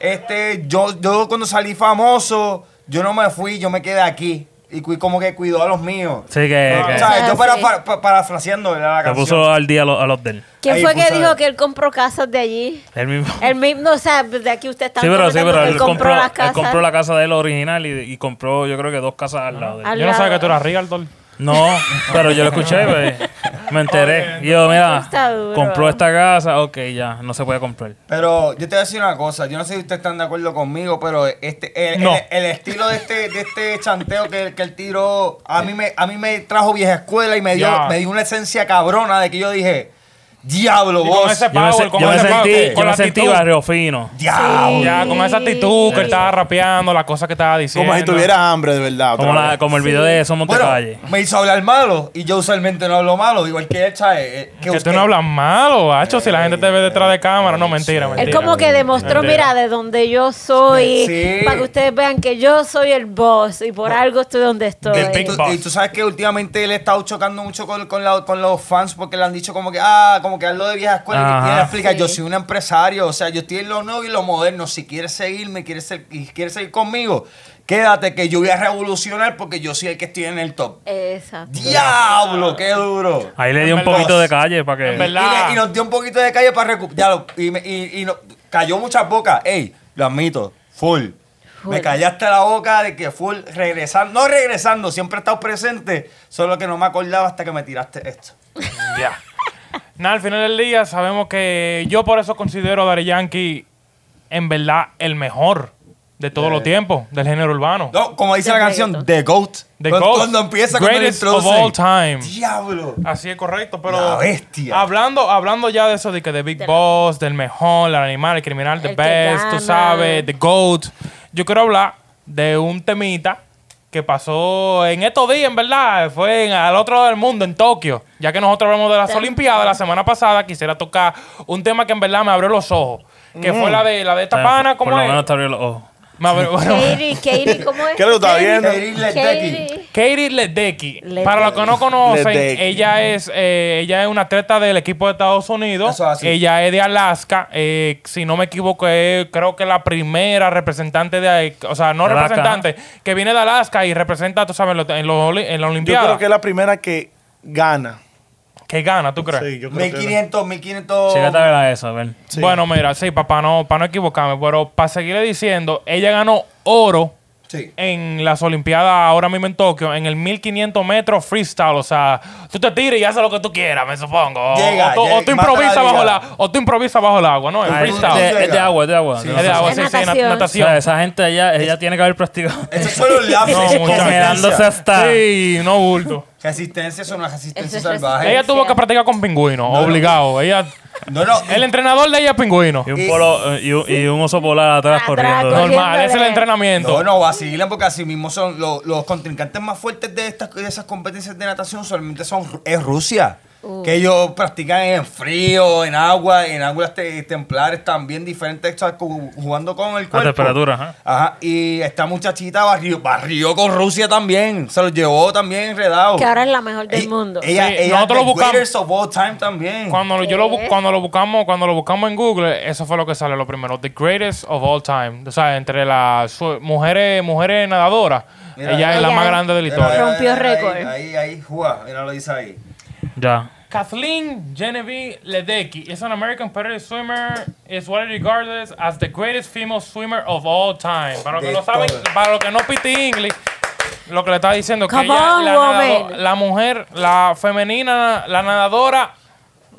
[SPEAKER 4] este yo yo cuando salí famoso, yo no me fui, yo me quedé aquí. y cu- como que cuidó a los míos.
[SPEAKER 2] Sí, que, que
[SPEAKER 4] O sea, yo
[SPEAKER 5] Ah,
[SPEAKER 4] para,
[SPEAKER 5] sí.
[SPEAKER 4] para- para- parafraseando ¿verdad? la
[SPEAKER 2] te
[SPEAKER 4] canción.
[SPEAKER 2] puso al día a los, a los del.
[SPEAKER 5] ¿Quién
[SPEAKER 4] Ahí
[SPEAKER 5] fue que
[SPEAKER 4] puso-
[SPEAKER 5] dijo que él compró casas de allí?
[SPEAKER 2] Él mismo.
[SPEAKER 5] El mismo, o sea, de aquí usted está
[SPEAKER 2] Sí, pero, sí, pero
[SPEAKER 5] él compró las
[SPEAKER 2] él
[SPEAKER 5] casas.
[SPEAKER 2] compró la casa de él original y, y compró, yo creo que dos casas al lado de él.
[SPEAKER 5] Al
[SPEAKER 3] Yo no sabía
[SPEAKER 5] lado.
[SPEAKER 3] que tú eras Rialdol.
[SPEAKER 2] No, pero yo lo escuché, pues, me enteré. Y yo,
[SPEAKER 5] Eso está
[SPEAKER 2] mira,
[SPEAKER 5] duro.
[SPEAKER 2] compró esta casa, ok, ya, no se puede comprar.
[SPEAKER 4] Pero yo te voy a decir una cosa, yo no sé si ustedes están de acuerdo conmigo, pero este el,
[SPEAKER 3] No.
[SPEAKER 4] el- el estilo de este, de este chanteo que, que él tiró, a mí me, a mí me trajo vieja escuela y me dio,
[SPEAKER 3] Ya.
[SPEAKER 4] me dio una esencia cabrona de que yo dije, diablo,
[SPEAKER 3] Y con
[SPEAKER 4] vos,
[SPEAKER 3] ese
[SPEAKER 2] Yo me, se-
[SPEAKER 3] power, con
[SPEAKER 2] yo me
[SPEAKER 3] ese
[SPEAKER 2] sentí,
[SPEAKER 3] power,
[SPEAKER 2] yo
[SPEAKER 3] con la
[SPEAKER 2] me sentí
[SPEAKER 3] actitud.
[SPEAKER 2] barrio fino.
[SPEAKER 4] diablo.
[SPEAKER 3] Ya, con esa actitud que él estaba rapeando, las cosas que estaba diciendo.
[SPEAKER 1] Como si tuviera hambre, de verdad. otra
[SPEAKER 2] Como, la-
[SPEAKER 1] vez.
[SPEAKER 2] como el video de Somos
[SPEAKER 4] Bueno,
[SPEAKER 2] de Calle.
[SPEAKER 4] me hizo hablar malo y yo usualmente no hablo malo, igual que él, ¿sabes? Eh,
[SPEAKER 3] Que
[SPEAKER 4] usted-
[SPEAKER 3] tú no hablas malo, bacho, si la gente te ve detrás de cámara. No, mentira, mentira.
[SPEAKER 5] Él como que demostró,
[SPEAKER 3] Mentira.
[SPEAKER 5] mira, de donde yo soy,
[SPEAKER 4] Sí.
[SPEAKER 5] para que ustedes vean que yo soy el boss y por algo estoy donde estoy.
[SPEAKER 4] Y tú,
[SPEAKER 3] Boss.
[SPEAKER 4] y tú sabes que últimamente él ha estado chocando mucho con, con la- con los fans porque le han dicho como que, ah, como que hazlo de vieja escuela.
[SPEAKER 2] Ajá.
[SPEAKER 4] Y él explica,
[SPEAKER 5] Sí.
[SPEAKER 4] yo soy un empresario, o sea, yo estoy en lo nuevo y lo moderno. Si quieres seguirme quieres ser- y quieres seguir conmigo, quédate que yo voy a revolucionar porque yo soy el que estoy en el top.
[SPEAKER 5] Exacto.
[SPEAKER 4] ¡Diablo! ¡Qué duro!
[SPEAKER 2] Ahí le
[SPEAKER 3] En
[SPEAKER 2] di un
[SPEAKER 3] verdad.
[SPEAKER 2] poquito de calle para
[SPEAKER 3] En
[SPEAKER 2] que...
[SPEAKER 3] verdad.
[SPEAKER 4] Y, le- y nos dio un poquito de calle para recuperar. Y, me- y, y no- cayó muchas bocas. Ey, lo admito, full.
[SPEAKER 5] Full.
[SPEAKER 4] Me callaste la boca de que full regresando. No regresando, siempre he estado presente. Solo que no me acordaba hasta que me tiraste esto.
[SPEAKER 3] Ya. Nada, al final del día sabemos que yo por eso considero a Daddy Yankee en verdad el mejor de todos los tiempos del género urbano.
[SPEAKER 4] No, como dice
[SPEAKER 5] De
[SPEAKER 4] la canción,
[SPEAKER 5] reggaetón.
[SPEAKER 4] The GOAT.
[SPEAKER 3] The
[SPEAKER 4] cuando,
[SPEAKER 3] GOAT,
[SPEAKER 4] cuando empieza con el
[SPEAKER 3] greatest of all time.
[SPEAKER 4] Diablo.
[SPEAKER 3] Así es correcto, pero
[SPEAKER 4] La bestia.
[SPEAKER 3] hablando hablando ya de eso de que de Big
[SPEAKER 5] De la-
[SPEAKER 3] Boss, del mejor, el animal, el criminal, the
[SPEAKER 5] El que
[SPEAKER 3] best, tú
[SPEAKER 5] gana.
[SPEAKER 3] sabes, the goat. Yo quiero hablar de un temita que pasó en estos días, en verdad, fue en- al otro lado del mundo, en Tokio. Ya que nosotros hablamos de las
[SPEAKER 5] Tan-
[SPEAKER 3] Olimpiadas la semana pasada, quisiera tocar un tema que en verdad me abrió los ojos, que fue la de la de esta pana,
[SPEAKER 2] Mm. Por
[SPEAKER 3] ¿cómo
[SPEAKER 2] lo
[SPEAKER 3] es?
[SPEAKER 2] menos te abrió los ojos.
[SPEAKER 3] Me abrió- bueno,
[SPEAKER 5] Katie, Katie, ¿cómo es?
[SPEAKER 1] ¿Qué lo está viendo?
[SPEAKER 4] Katie Ledecky.
[SPEAKER 5] Katie.
[SPEAKER 3] Katie Ledecky,
[SPEAKER 5] Ledecky.
[SPEAKER 3] para los que no conocen,
[SPEAKER 1] Ledecky.
[SPEAKER 3] ella es eh, ella es una atleta del equipo de Estados Unidos.
[SPEAKER 4] Eso es así.
[SPEAKER 3] Ella es de Alaska. eh, si no me equivoco, es, creo que la primera representante de, o sea, no
[SPEAKER 2] Alaska,
[SPEAKER 3] representante, que viene de Alaska y representa, tú sabes, en los- en los oli- en la
[SPEAKER 1] Yo creo
[SPEAKER 3] Olimpiada.
[SPEAKER 1] que es la primera que gana.
[SPEAKER 3] que gana, ¿tú crees?
[SPEAKER 1] Sí, yo creo que gana.
[SPEAKER 4] 1500,
[SPEAKER 3] Oh.
[SPEAKER 4] 1500.
[SPEAKER 2] Chécate a ver a eso, a ver.
[SPEAKER 1] Sí.
[SPEAKER 3] Bueno, mira, sí, para no, para no equivocarme, pero para seguirle diciendo, ella ganó oro
[SPEAKER 4] Sí.
[SPEAKER 3] en las Olimpiadas ahora mismo en Tokio, en el 1500 metros freestyle. O sea, tú te tiras y haces lo que tú quieras, me supongo. O-
[SPEAKER 4] Llega,
[SPEAKER 3] o, tú- o
[SPEAKER 4] llega,
[SPEAKER 3] tú
[SPEAKER 4] mata la
[SPEAKER 3] improvisas bajo
[SPEAKER 4] liga.
[SPEAKER 3] la, o tú improvisas bajo el agua, ¿no? En
[SPEAKER 2] Ah, Es
[SPEAKER 4] freestyle.
[SPEAKER 2] de,
[SPEAKER 3] freestyle.
[SPEAKER 2] es de agua, es de agua.
[SPEAKER 3] Es de agua, sí, sí,
[SPEAKER 5] Natación.
[SPEAKER 3] nat-
[SPEAKER 2] O sea,
[SPEAKER 3] natación.
[SPEAKER 2] esa gente, ella, ella tiene que haber practicado.
[SPEAKER 4] Esos son los lapsos.
[SPEAKER 3] No, muchachos.
[SPEAKER 2] Congelándose
[SPEAKER 4] resistencia.
[SPEAKER 2] hasta...
[SPEAKER 3] Sí, no bulto.
[SPEAKER 4] Resistencia es una resistencia
[SPEAKER 5] Eso es
[SPEAKER 4] salvaje.
[SPEAKER 3] Ella tuvo que practicar con pingüino, obligado. Ella,
[SPEAKER 4] No, no.
[SPEAKER 3] el entrenador de ella es pingüino.
[SPEAKER 2] Y un, polo, eh, y, un, y un oso polar atrás
[SPEAKER 5] Atrás,
[SPEAKER 2] corriendo.
[SPEAKER 5] corriendo.
[SPEAKER 3] Normal, ese es el
[SPEAKER 4] No,
[SPEAKER 3] entrenamiento.
[SPEAKER 4] no, vacilan porque así mismo son lo- los contrincantes más fuertes de estas de esas competencias de natación solamente son Ru- es Rusia.
[SPEAKER 5] Uh.
[SPEAKER 4] Que ellos practican en frío, en agua, en aguas te- templares también diferentes, o sea, cu- jugando con el cuerpo.
[SPEAKER 2] temperatura, ajá.
[SPEAKER 4] Ajá, Y esta muchachita barrió, barrió con Rusia también. Se lo llevó también enredado.
[SPEAKER 5] Que ahora es la mejor del
[SPEAKER 4] Ella-
[SPEAKER 5] mundo.
[SPEAKER 4] Ella,
[SPEAKER 3] Sí,
[SPEAKER 4] ella
[SPEAKER 3] nosotros
[SPEAKER 4] es
[SPEAKER 3] lo
[SPEAKER 4] the
[SPEAKER 3] buscamos.
[SPEAKER 4] greatest of all time también.
[SPEAKER 3] Cuando yo lo, bu- cuando lo buscamos, cuando lo buscamos en Google, eso fue lo que sale lo primero. The greatest of all time. O sea, entre las su- mujeres, mujeres nadadoras,
[SPEAKER 4] Mira,
[SPEAKER 3] ella es la
[SPEAKER 5] ella
[SPEAKER 3] más
[SPEAKER 5] es-
[SPEAKER 3] grande de la
[SPEAKER 4] Mira,
[SPEAKER 3] historia.
[SPEAKER 4] mira, mira,
[SPEAKER 5] Rompió
[SPEAKER 4] ahí-
[SPEAKER 5] récord.
[SPEAKER 4] Ahí, ahí, juega, mira lo dice ahí.
[SPEAKER 2] Ya.
[SPEAKER 3] Kathleen Genevieve Ledecky is an American competitive swimmer, is widely regarded as the greatest female swimmer of all time. Para los que
[SPEAKER 4] De
[SPEAKER 3] no saben,
[SPEAKER 4] todas.
[SPEAKER 3] para los que no piti inglés, lo que le está diciendo es que
[SPEAKER 5] Come
[SPEAKER 3] ella,
[SPEAKER 5] on,
[SPEAKER 3] la, nadado-
[SPEAKER 5] woman.
[SPEAKER 3] la mujer, la femenina, la nadadora,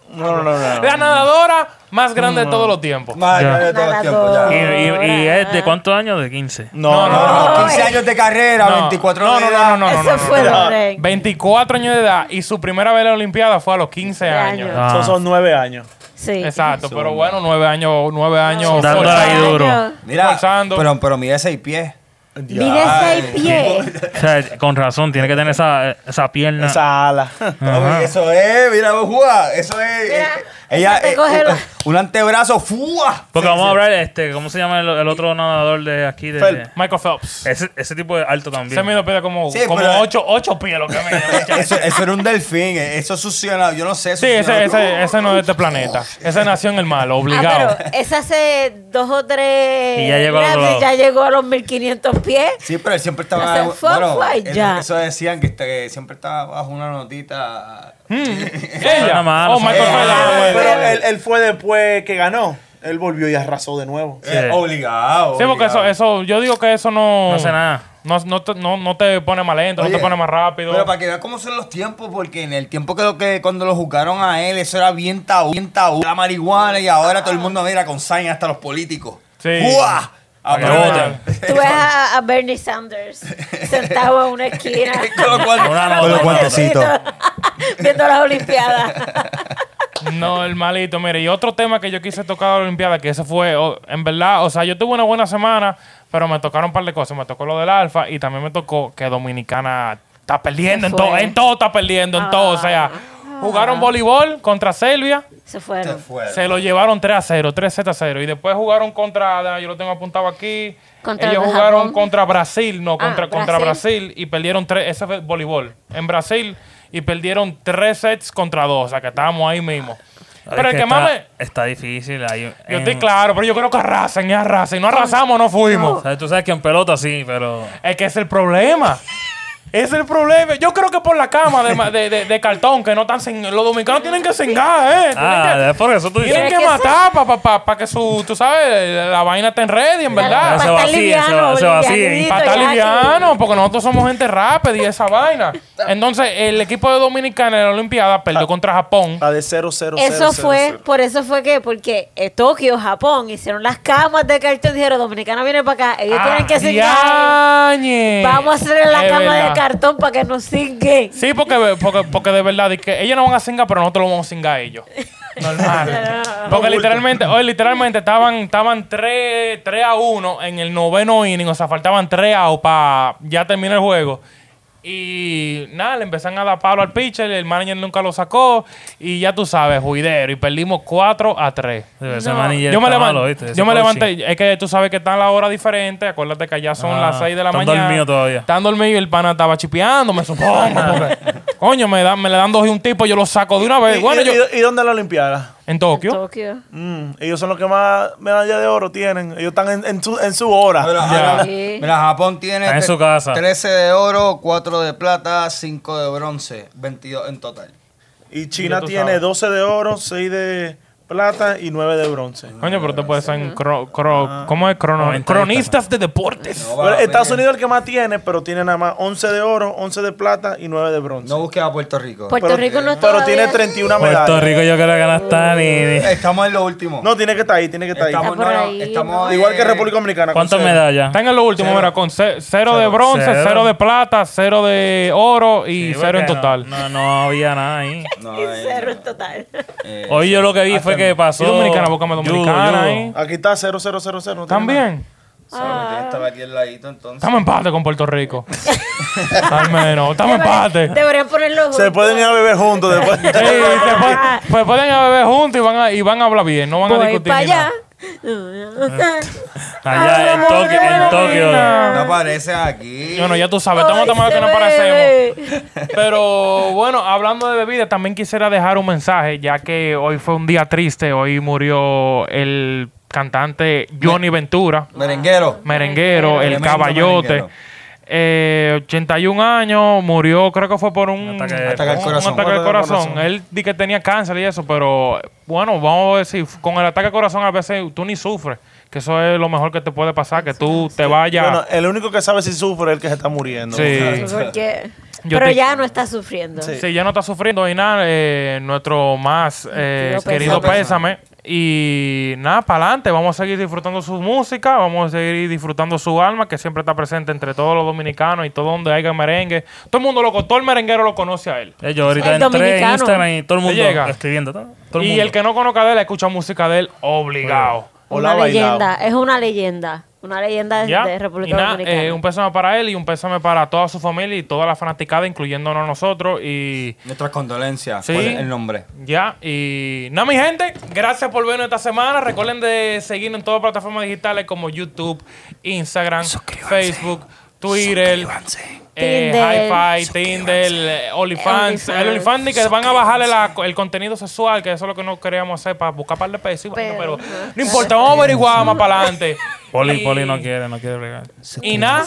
[SPEAKER 1] No, no, no. no.
[SPEAKER 3] la nadadora más grande de todos los tiempos.
[SPEAKER 4] Madre
[SPEAKER 2] Ya.
[SPEAKER 4] de todos los tiempos, ya.
[SPEAKER 2] Y, y- y es de cuántos años? De 15.
[SPEAKER 1] No, no,
[SPEAKER 4] No,
[SPEAKER 5] no,
[SPEAKER 4] 15
[SPEAKER 5] eh.
[SPEAKER 4] años de carrera, 24
[SPEAKER 3] no,
[SPEAKER 4] de
[SPEAKER 3] no,
[SPEAKER 4] edad.
[SPEAKER 3] no, no, no, no, no, no,
[SPEAKER 5] Eso fue
[SPEAKER 1] no.
[SPEAKER 5] lo rey.
[SPEAKER 3] 24 años de edad y su primera vez en la Olimpiada fue a los 15 años.
[SPEAKER 5] años.
[SPEAKER 2] Ah.
[SPEAKER 1] Esos son nueve años.
[SPEAKER 5] Sí.
[SPEAKER 3] Exacto, pero bueno, nueve años, nueve años.
[SPEAKER 2] Dando
[SPEAKER 3] forzado.
[SPEAKER 2] ahí duro.
[SPEAKER 5] Años.
[SPEAKER 4] Mira,
[SPEAKER 3] Forzando.
[SPEAKER 4] pero, pero mide 6 pies.
[SPEAKER 5] Mide seis pies.
[SPEAKER 2] O sea, con razón, tiene que tener esa, esa pierna.
[SPEAKER 1] Esa ala.
[SPEAKER 4] Oye, Eso es, mira, vos jugar. Eso es.
[SPEAKER 5] Mira,
[SPEAKER 4] eh, ella,
[SPEAKER 5] eso te
[SPEAKER 4] eh,
[SPEAKER 5] coge
[SPEAKER 4] u-
[SPEAKER 5] la-
[SPEAKER 4] Un antebrazo, ¡fua!
[SPEAKER 2] Porque vamos a hablar, este, ¿cómo se llama el, el otro nadador de aquí? De,
[SPEAKER 1] Phelps.
[SPEAKER 3] Michael Phelps.
[SPEAKER 2] ese, ese tipo de alto también.
[SPEAKER 3] Ese mide pide como,
[SPEAKER 4] Sí,
[SPEAKER 3] como
[SPEAKER 4] pero-
[SPEAKER 3] 8, pies lo que mide.
[SPEAKER 4] Eso, eso era un delfín, eh, eso succionaba, yo no sé.
[SPEAKER 3] Sí, ese, ese, ese no es de este planeta. Ese nació en el malo, obligado.
[SPEAKER 5] Ah, pero esa hace dos o tres.
[SPEAKER 2] Y ya llegó al otro
[SPEAKER 5] grados
[SPEAKER 2] lado.
[SPEAKER 5] y ya llegó a los 1500 pies.
[SPEAKER 4] Sí, pero él siempre estaba.
[SPEAKER 5] Hacer fua, fua y
[SPEAKER 4] eso-
[SPEAKER 5] ya.
[SPEAKER 4] Eso decían que, este- que siempre estaba bajo una notita. eh,
[SPEAKER 3] Ella.
[SPEAKER 2] Suena mal,
[SPEAKER 3] oh,
[SPEAKER 2] suena
[SPEAKER 3] Michael
[SPEAKER 4] mal.
[SPEAKER 3] Phelps.
[SPEAKER 4] Ah,
[SPEAKER 1] Pero
[SPEAKER 4] bueno.
[SPEAKER 1] él, él fue después que ganó. Él volvió y arrasó de nuevo.
[SPEAKER 4] Eh, obligado.
[SPEAKER 3] Sí, porque eso,
[SPEAKER 4] obligado.
[SPEAKER 3] eso, yo digo que eso no.
[SPEAKER 2] No hace nada.
[SPEAKER 3] No, no te, no, no te pone más lento, no
[SPEAKER 4] Oye,
[SPEAKER 3] te pone más rápido.
[SPEAKER 4] Pero para que veas cómo son los tiempos, porque en el tiempo que, lo que cuando lo juzgaron a él, eso era bien tabú, bien tabú, la marihuana, y ahora todo el mundo mira con sign hasta los políticos.
[SPEAKER 3] Sí.
[SPEAKER 4] ¡Fua! A
[SPEAKER 2] Para que
[SPEAKER 4] probar.
[SPEAKER 2] voten.
[SPEAKER 5] Tú ves a, a Bernie Sanders sentado en una esquina.
[SPEAKER 4] Con los guan-
[SPEAKER 2] Una nota,
[SPEAKER 4] con los
[SPEAKER 2] una
[SPEAKER 4] guantecitos.
[SPEAKER 5] viendo las Olimpiadas.
[SPEAKER 3] No, el malito. Mire, y otro tema que yo quise tocar a la Olimpiada, que ese fue, o- en verdad, o sea, yo tuve una buena semana, pero me tocaron un par de cosas. Me tocó lo del Alfa y también me tocó que Dominicana está perdiendo en
[SPEAKER 5] Se fue. Ah.
[SPEAKER 3] todo, en todo está perdiendo, en todo. O sea, jugaron voleibol contra Serbia,
[SPEAKER 5] Se fueron.
[SPEAKER 4] Fuera.
[SPEAKER 3] se lo llevaron 3 a 0, 3 Z a 0. Y después jugaron contra, yo lo tengo apuntado aquí,
[SPEAKER 5] Contra
[SPEAKER 3] ellos
[SPEAKER 5] Japón.
[SPEAKER 3] jugaron contra Brasil, no,
[SPEAKER 5] Ah,
[SPEAKER 3] contra, contra
[SPEAKER 5] Brasil.
[SPEAKER 3] Brasil y perdieron 3, ese fue voleibol, en Brasil. Y perdieron tres sets contra dos, o sea que estábamos ahí mismo.
[SPEAKER 2] Es
[SPEAKER 3] Pero el que
[SPEAKER 2] está,
[SPEAKER 3] más me,
[SPEAKER 2] Está difícil. ahí
[SPEAKER 3] yo
[SPEAKER 2] en-
[SPEAKER 3] estoy claro, pero yo creo que arrasen y arrasen. No arrasamos, no
[SPEAKER 2] O
[SPEAKER 3] fuimos.
[SPEAKER 2] sea, tú sabes que en pelota sí, pero...
[SPEAKER 3] Es que es el problema. Es el problema. Yo creo que por la cama de, ma- de- de- de cartón, que no están cen- Los dominicanos tienen que cingar, ¿eh? Tienen
[SPEAKER 2] Ah,
[SPEAKER 3] que-
[SPEAKER 2] es por eso tú
[SPEAKER 3] Tienen
[SPEAKER 2] dices...
[SPEAKER 3] que,
[SPEAKER 5] Pero es que
[SPEAKER 3] matar para que su, tú sabes, la vaina esté en ready, en
[SPEAKER 5] Para
[SPEAKER 3] verdad.
[SPEAKER 2] se
[SPEAKER 5] estar
[SPEAKER 2] vacíen, se
[SPEAKER 5] liviano,
[SPEAKER 2] va- se vacíen.
[SPEAKER 5] livianito,
[SPEAKER 3] Para estar
[SPEAKER 5] ya,
[SPEAKER 3] liviano, porque nosotros somos gente rápida y esa vaina. Entonces, el equipo de Dominicana en la Olimpiada perdió contra Japón.
[SPEAKER 1] La de 0-0.
[SPEAKER 5] Eso fue,
[SPEAKER 1] 0-0.
[SPEAKER 5] por eso fue que, porque eh, Tokio, Japón, hicieron las camas de cartón y dijeron, Dominicana viene para acá, ellos
[SPEAKER 3] Ah,
[SPEAKER 5] tienen que cingar.
[SPEAKER 3] enseñar.
[SPEAKER 5] Vamos a hacer la cama de cartón para que nos cinguen.
[SPEAKER 3] Sí, porque, porque, porque de verdad, de que ellos no van a cingar, pero nosotros lo vamos a cingar a ellos. Normal. Porque literalmente, oye, literalmente estaban, estaban 3, a 1 en el noveno inning, o sea, faltaban 3 outs para ya terminar el juego. Y nada, le empezaron a dar palo al pitcher, el manager nunca lo sacó, y ya tú sabes, juidero, y perdimos 4 a 3.
[SPEAKER 2] Ese manager
[SPEAKER 3] Yo me,
[SPEAKER 2] está
[SPEAKER 3] levan-
[SPEAKER 2] malo, ¿viste? Ese
[SPEAKER 3] yo me
[SPEAKER 2] coaching.
[SPEAKER 3] levanté, es que tú sabes que están la hora diferente, acuérdate que allá son
[SPEAKER 2] Ah,
[SPEAKER 3] las 6 de la
[SPEAKER 2] están
[SPEAKER 3] mañana.
[SPEAKER 2] dormidos todavía.
[SPEAKER 3] Están dormidos y el pana estaba chipeando, me supongo. porque, coño, me, dan- me le dan dos y un tipo, yo lo saco de una vez.
[SPEAKER 1] ¿Y,
[SPEAKER 3] Pues, Bueno,
[SPEAKER 1] y-
[SPEAKER 3] yo,
[SPEAKER 1] y- y dónde la Olimpiada?
[SPEAKER 3] en Tokio.
[SPEAKER 5] Tokio.
[SPEAKER 1] Mm, ellos son los que más medalla de oro tienen. Ellos están en, en su, en su hora.
[SPEAKER 4] Mira,
[SPEAKER 3] Ya.
[SPEAKER 4] ahora-
[SPEAKER 5] Sí.
[SPEAKER 4] ah, mira, Japón tiene
[SPEAKER 2] Está en
[SPEAKER 4] tre-
[SPEAKER 2] su casa.
[SPEAKER 4] 13 de oro, 4 de plata, 5 de bronce, 22 en total.
[SPEAKER 1] y China
[SPEAKER 3] tú
[SPEAKER 1] tiene
[SPEAKER 3] sabes.
[SPEAKER 1] 12 de oro, 6 de plata y 9 de bronce.
[SPEAKER 3] Coño, pero te puedes ser en cro- cro- ¿cómo es? Crono-
[SPEAKER 2] Comentarista.
[SPEAKER 3] cronistas de deportes.
[SPEAKER 4] No,
[SPEAKER 1] Pero
[SPEAKER 4] va,
[SPEAKER 1] Estados
[SPEAKER 4] ven,
[SPEAKER 1] Unidos es el que más tiene, pero tiene nada más 11 de oro, 11 de plata y 9 de bronce.
[SPEAKER 4] No busques a Puerto Rico.
[SPEAKER 5] Puerto
[SPEAKER 1] pero,
[SPEAKER 5] Rico no está.
[SPEAKER 1] pero tiene 31
[SPEAKER 2] Puerto
[SPEAKER 1] medallas.
[SPEAKER 2] Rico yo creo que no está ni... ni-
[SPEAKER 4] Estamos en lo último.
[SPEAKER 1] No, tiene que estar ahí, tiene que estar ahí.
[SPEAKER 4] estamos,
[SPEAKER 5] Está por ahí,
[SPEAKER 4] estamos,
[SPEAKER 1] Igual que
[SPEAKER 4] eh,
[SPEAKER 1] República Dominicana. con
[SPEAKER 2] ¿Cuántas
[SPEAKER 1] cero.
[SPEAKER 2] medallas?
[SPEAKER 3] Están en lo último,
[SPEAKER 4] Cero.
[SPEAKER 3] mira, con ce- cero, de bronce,
[SPEAKER 2] Ah. Cero.
[SPEAKER 3] cero. de plata, cero de oro
[SPEAKER 2] Sí,
[SPEAKER 3] y
[SPEAKER 2] porque
[SPEAKER 3] cero en
[SPEAKER 2] no-
[SPEAKER 3] total.
[SPEAKER 2] No, no había nada ahí.
[SPEAKER 4] No,
[SPEAKER 5] Y
[SPEAKER 4] eh,
[SPEAKER 5] cero en total.
[SPEAKER 4] eh,
[SPEAKER 2] Hoy yo lo que vi fue que pasó...
[SPEAKER 3] Y Dominicana, búscame Dominicana ahí.
[SPEAKER 2] ¿eh?
[SPEAKER 1] Aquí está 0000. no tiene nada.
[SPEAKER 3] También.
[SPEAKER 5] Ah.
[SPEAKER 4] solamente estaba aquí al ladito entonces.
[SPEAKER 3] Estamos en parte con Puerto Rico. Al menos, estamos en parte.
[SPEAKER 5] Deberían ponerlo.
[SPEAKER 1] Se pueden ir a beber juntos después.
[SPEAKER 3] Sí, se puede- pues pueden ir a beber juntos y van a, y van a hablar bien, no van a
[SPEAKER 5] Voy
[SPEAKER 3] discutir.
[SPEAKER 5] para
[SPEAKER 3] ni nada.
[SPEAKER 5] allá. Ah,
[SPEAKER 2] Allá en Tokio. En Tokio.
[SPEAKER 4] No aparece aquí.
[SPEAKER 3] Ah. No, no, ya tú sabes, estamos
[SPEAKER 5] Ay,
[SPEAKER 3] tomando
[SPEAKER 5] se
[SPEAKER 3] que no parecemos.
[SPEAKER 5] bebe.
[SPEAKER 3] Pero bueno, hablando de bebidas, también quisiera dejar un mensaje, ya que hoy fue un día triste, hoy murió el cantante Johnny Ventura.
[SPEAKER 4] Merenguero.
[SPEAKER 3] merenguero, el
[SPEAKER 4] Tremendo
[SPEAKER 3] caballote.
[SPEAKER 4] merenguero.
[SPEAKER 3] Eh, 81 años, murió, creo que fue por un
[SPEAKER 2] Ataque-
[SPEAKER 3] un
[SPEAKER 4] Ataque al corazón.
[SPEAKER 3] ataque al
[SPEAKER 1] Ataque al
[SPEAKER 3] corazón.
[SPEAKER 1] corazón.
[SPEAKER 3] Él di que tenía cáncer y eso, pero bueno, vamos a decir, con el ataque al corazón a veces tú ni sufres, que eso es lo mejor que te puede pasar, que tú te vayas.
[SPEAKER 1] Bueno, el único que sabe si sufre es el que se está muriendo.
[SPEAKER 3] Sí.
[SPEAKER 5] Porque-
[SPEAKER 3] Yo
[SPEAKER 5] Pero
[SPEAKER 3] te-
[SPEAKER 5] ya no está sufriendo.
[SPEAKER 3] Sí, ya no está sufriendo y nada, eh, nuestro más eh,
[SPEAKER 5] Querido
[SPEAKER 3] querido
[SPEAKER 4] pésame.
[SPEAKER 3] pésame. Y nada, para adelante, vamos a seguir disfrutando su música, vamos a seguir disfrutando su alma, que siempre está presente entre todos los dominicanos y todo donde haya merengue. Todo el mundo lo todo el merenguero lo conoce a él.
[SPEAKER 2] Eh, Yo ahorita
[SPEAKER 5] El
[SPEAKER 2] entré en
[SPEAKER 5] dominicano.
[SPEAKER 2] Instagram y todo el
[SPEAKER 3] Te
[SPEAKER 2] mundo
[SPEAKER 3] llega.
[SPEAKER 2] escribiendo. todo- todo
[SPEAKER 3] y
[SPEAKER 2] mundo.
[SPEAKER 3] el que no conozca de él, escucha música de él obligado.
[SPEAKER 1] O
[SPEAKER 5] una
[SPEAKER 1] la ha bailado.
[SPEAKER 5] leyenda, es una leyenda. Una leyenda de,
[SPEAKER 3] Ya.
[SPEAKER 5] de
[SPEAKER 3] Y
[SPEAKER 5] República
[SPEAKER 3] nada,
[SPEAKER 5] Dominicana.
[SPEAKER 3] eh, un pésame para él y un pésame para toda su familia y toda la fanaticada, incluyéndonos nosotros. Y
[SPEAKER 4] Nuestras condolencias
[SPEAKER 3] Sí.
[SPEAKER 4] por el nombre.
[SPEAKER 3] ya, y nada, mi gente, gracias por vernos esta semana. Recuerden de seguirnos en todas las plataformas digitales como YouTube, Instagram, Facebook, Twitter. Eh,
[SPEAKER 5] Tinder.
[SPEAKER 3] Hi-Fi, Tinder, eh, OnlyFans,
[SPEAKER 5] OnlyFans.
[SPEAKER 3] el OnlyFans ni que van a bajarle la- el contenido sexual, que eso es lo que no queríamos hacer para buscar par de pesos, y bueno, pero,
[SPEAKER 5] Pero,
[SPEAKER 3] no importa, vamos a averiguar más para adelante.
[SPEAKER 2] Poli,
[SPEAKER 3] Y-
[SPEAKER 2] Poli no quiere, no quiere bregar.
[SPEAKER 3] Y nada,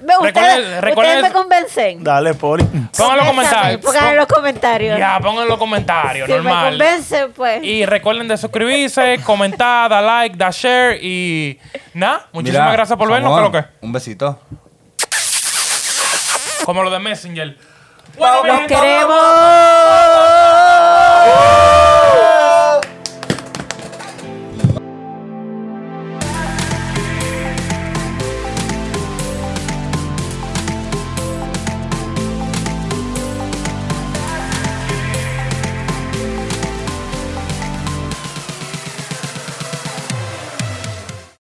[SPEAKER 5] Ve, ustedes,
[SPEAKER 3] recuerden- recuerden-
[SPEAKER 5] ustedes me convencen.
[SPEAKER 1] Dale, Poli.
[SPEAKER 3] pongan los
[SPEAKER 5] Convénzame,
[SPEAKER 3] comentarios.
[SPEAKER 5] Pongan en los comentarios.
[SPEAKER 3] Ya, pongan en los comentarios,
[SPEAKER 5] si me
[SPEAKER 3] normal.
[SPEAKER 5] convencen, pues.
[SPEAKER 3] Y recuerden de suscribirse, comentar, dar like, dar share y nada, muchísimas
[SPEAKER 4] Mira,
[SPEAKER 3] gracias por vernos, creo
[SPEAKER 4] Samuel,
[SPEAKER 3] que
[SPEAKER 4] Un besito.
[SPEAKER 3] como lo de Messenger. Bueno, mi
[SPEAKER 5] ¡Los
[SPEAKER 3] gente,
[SPEAKER 5] queremos!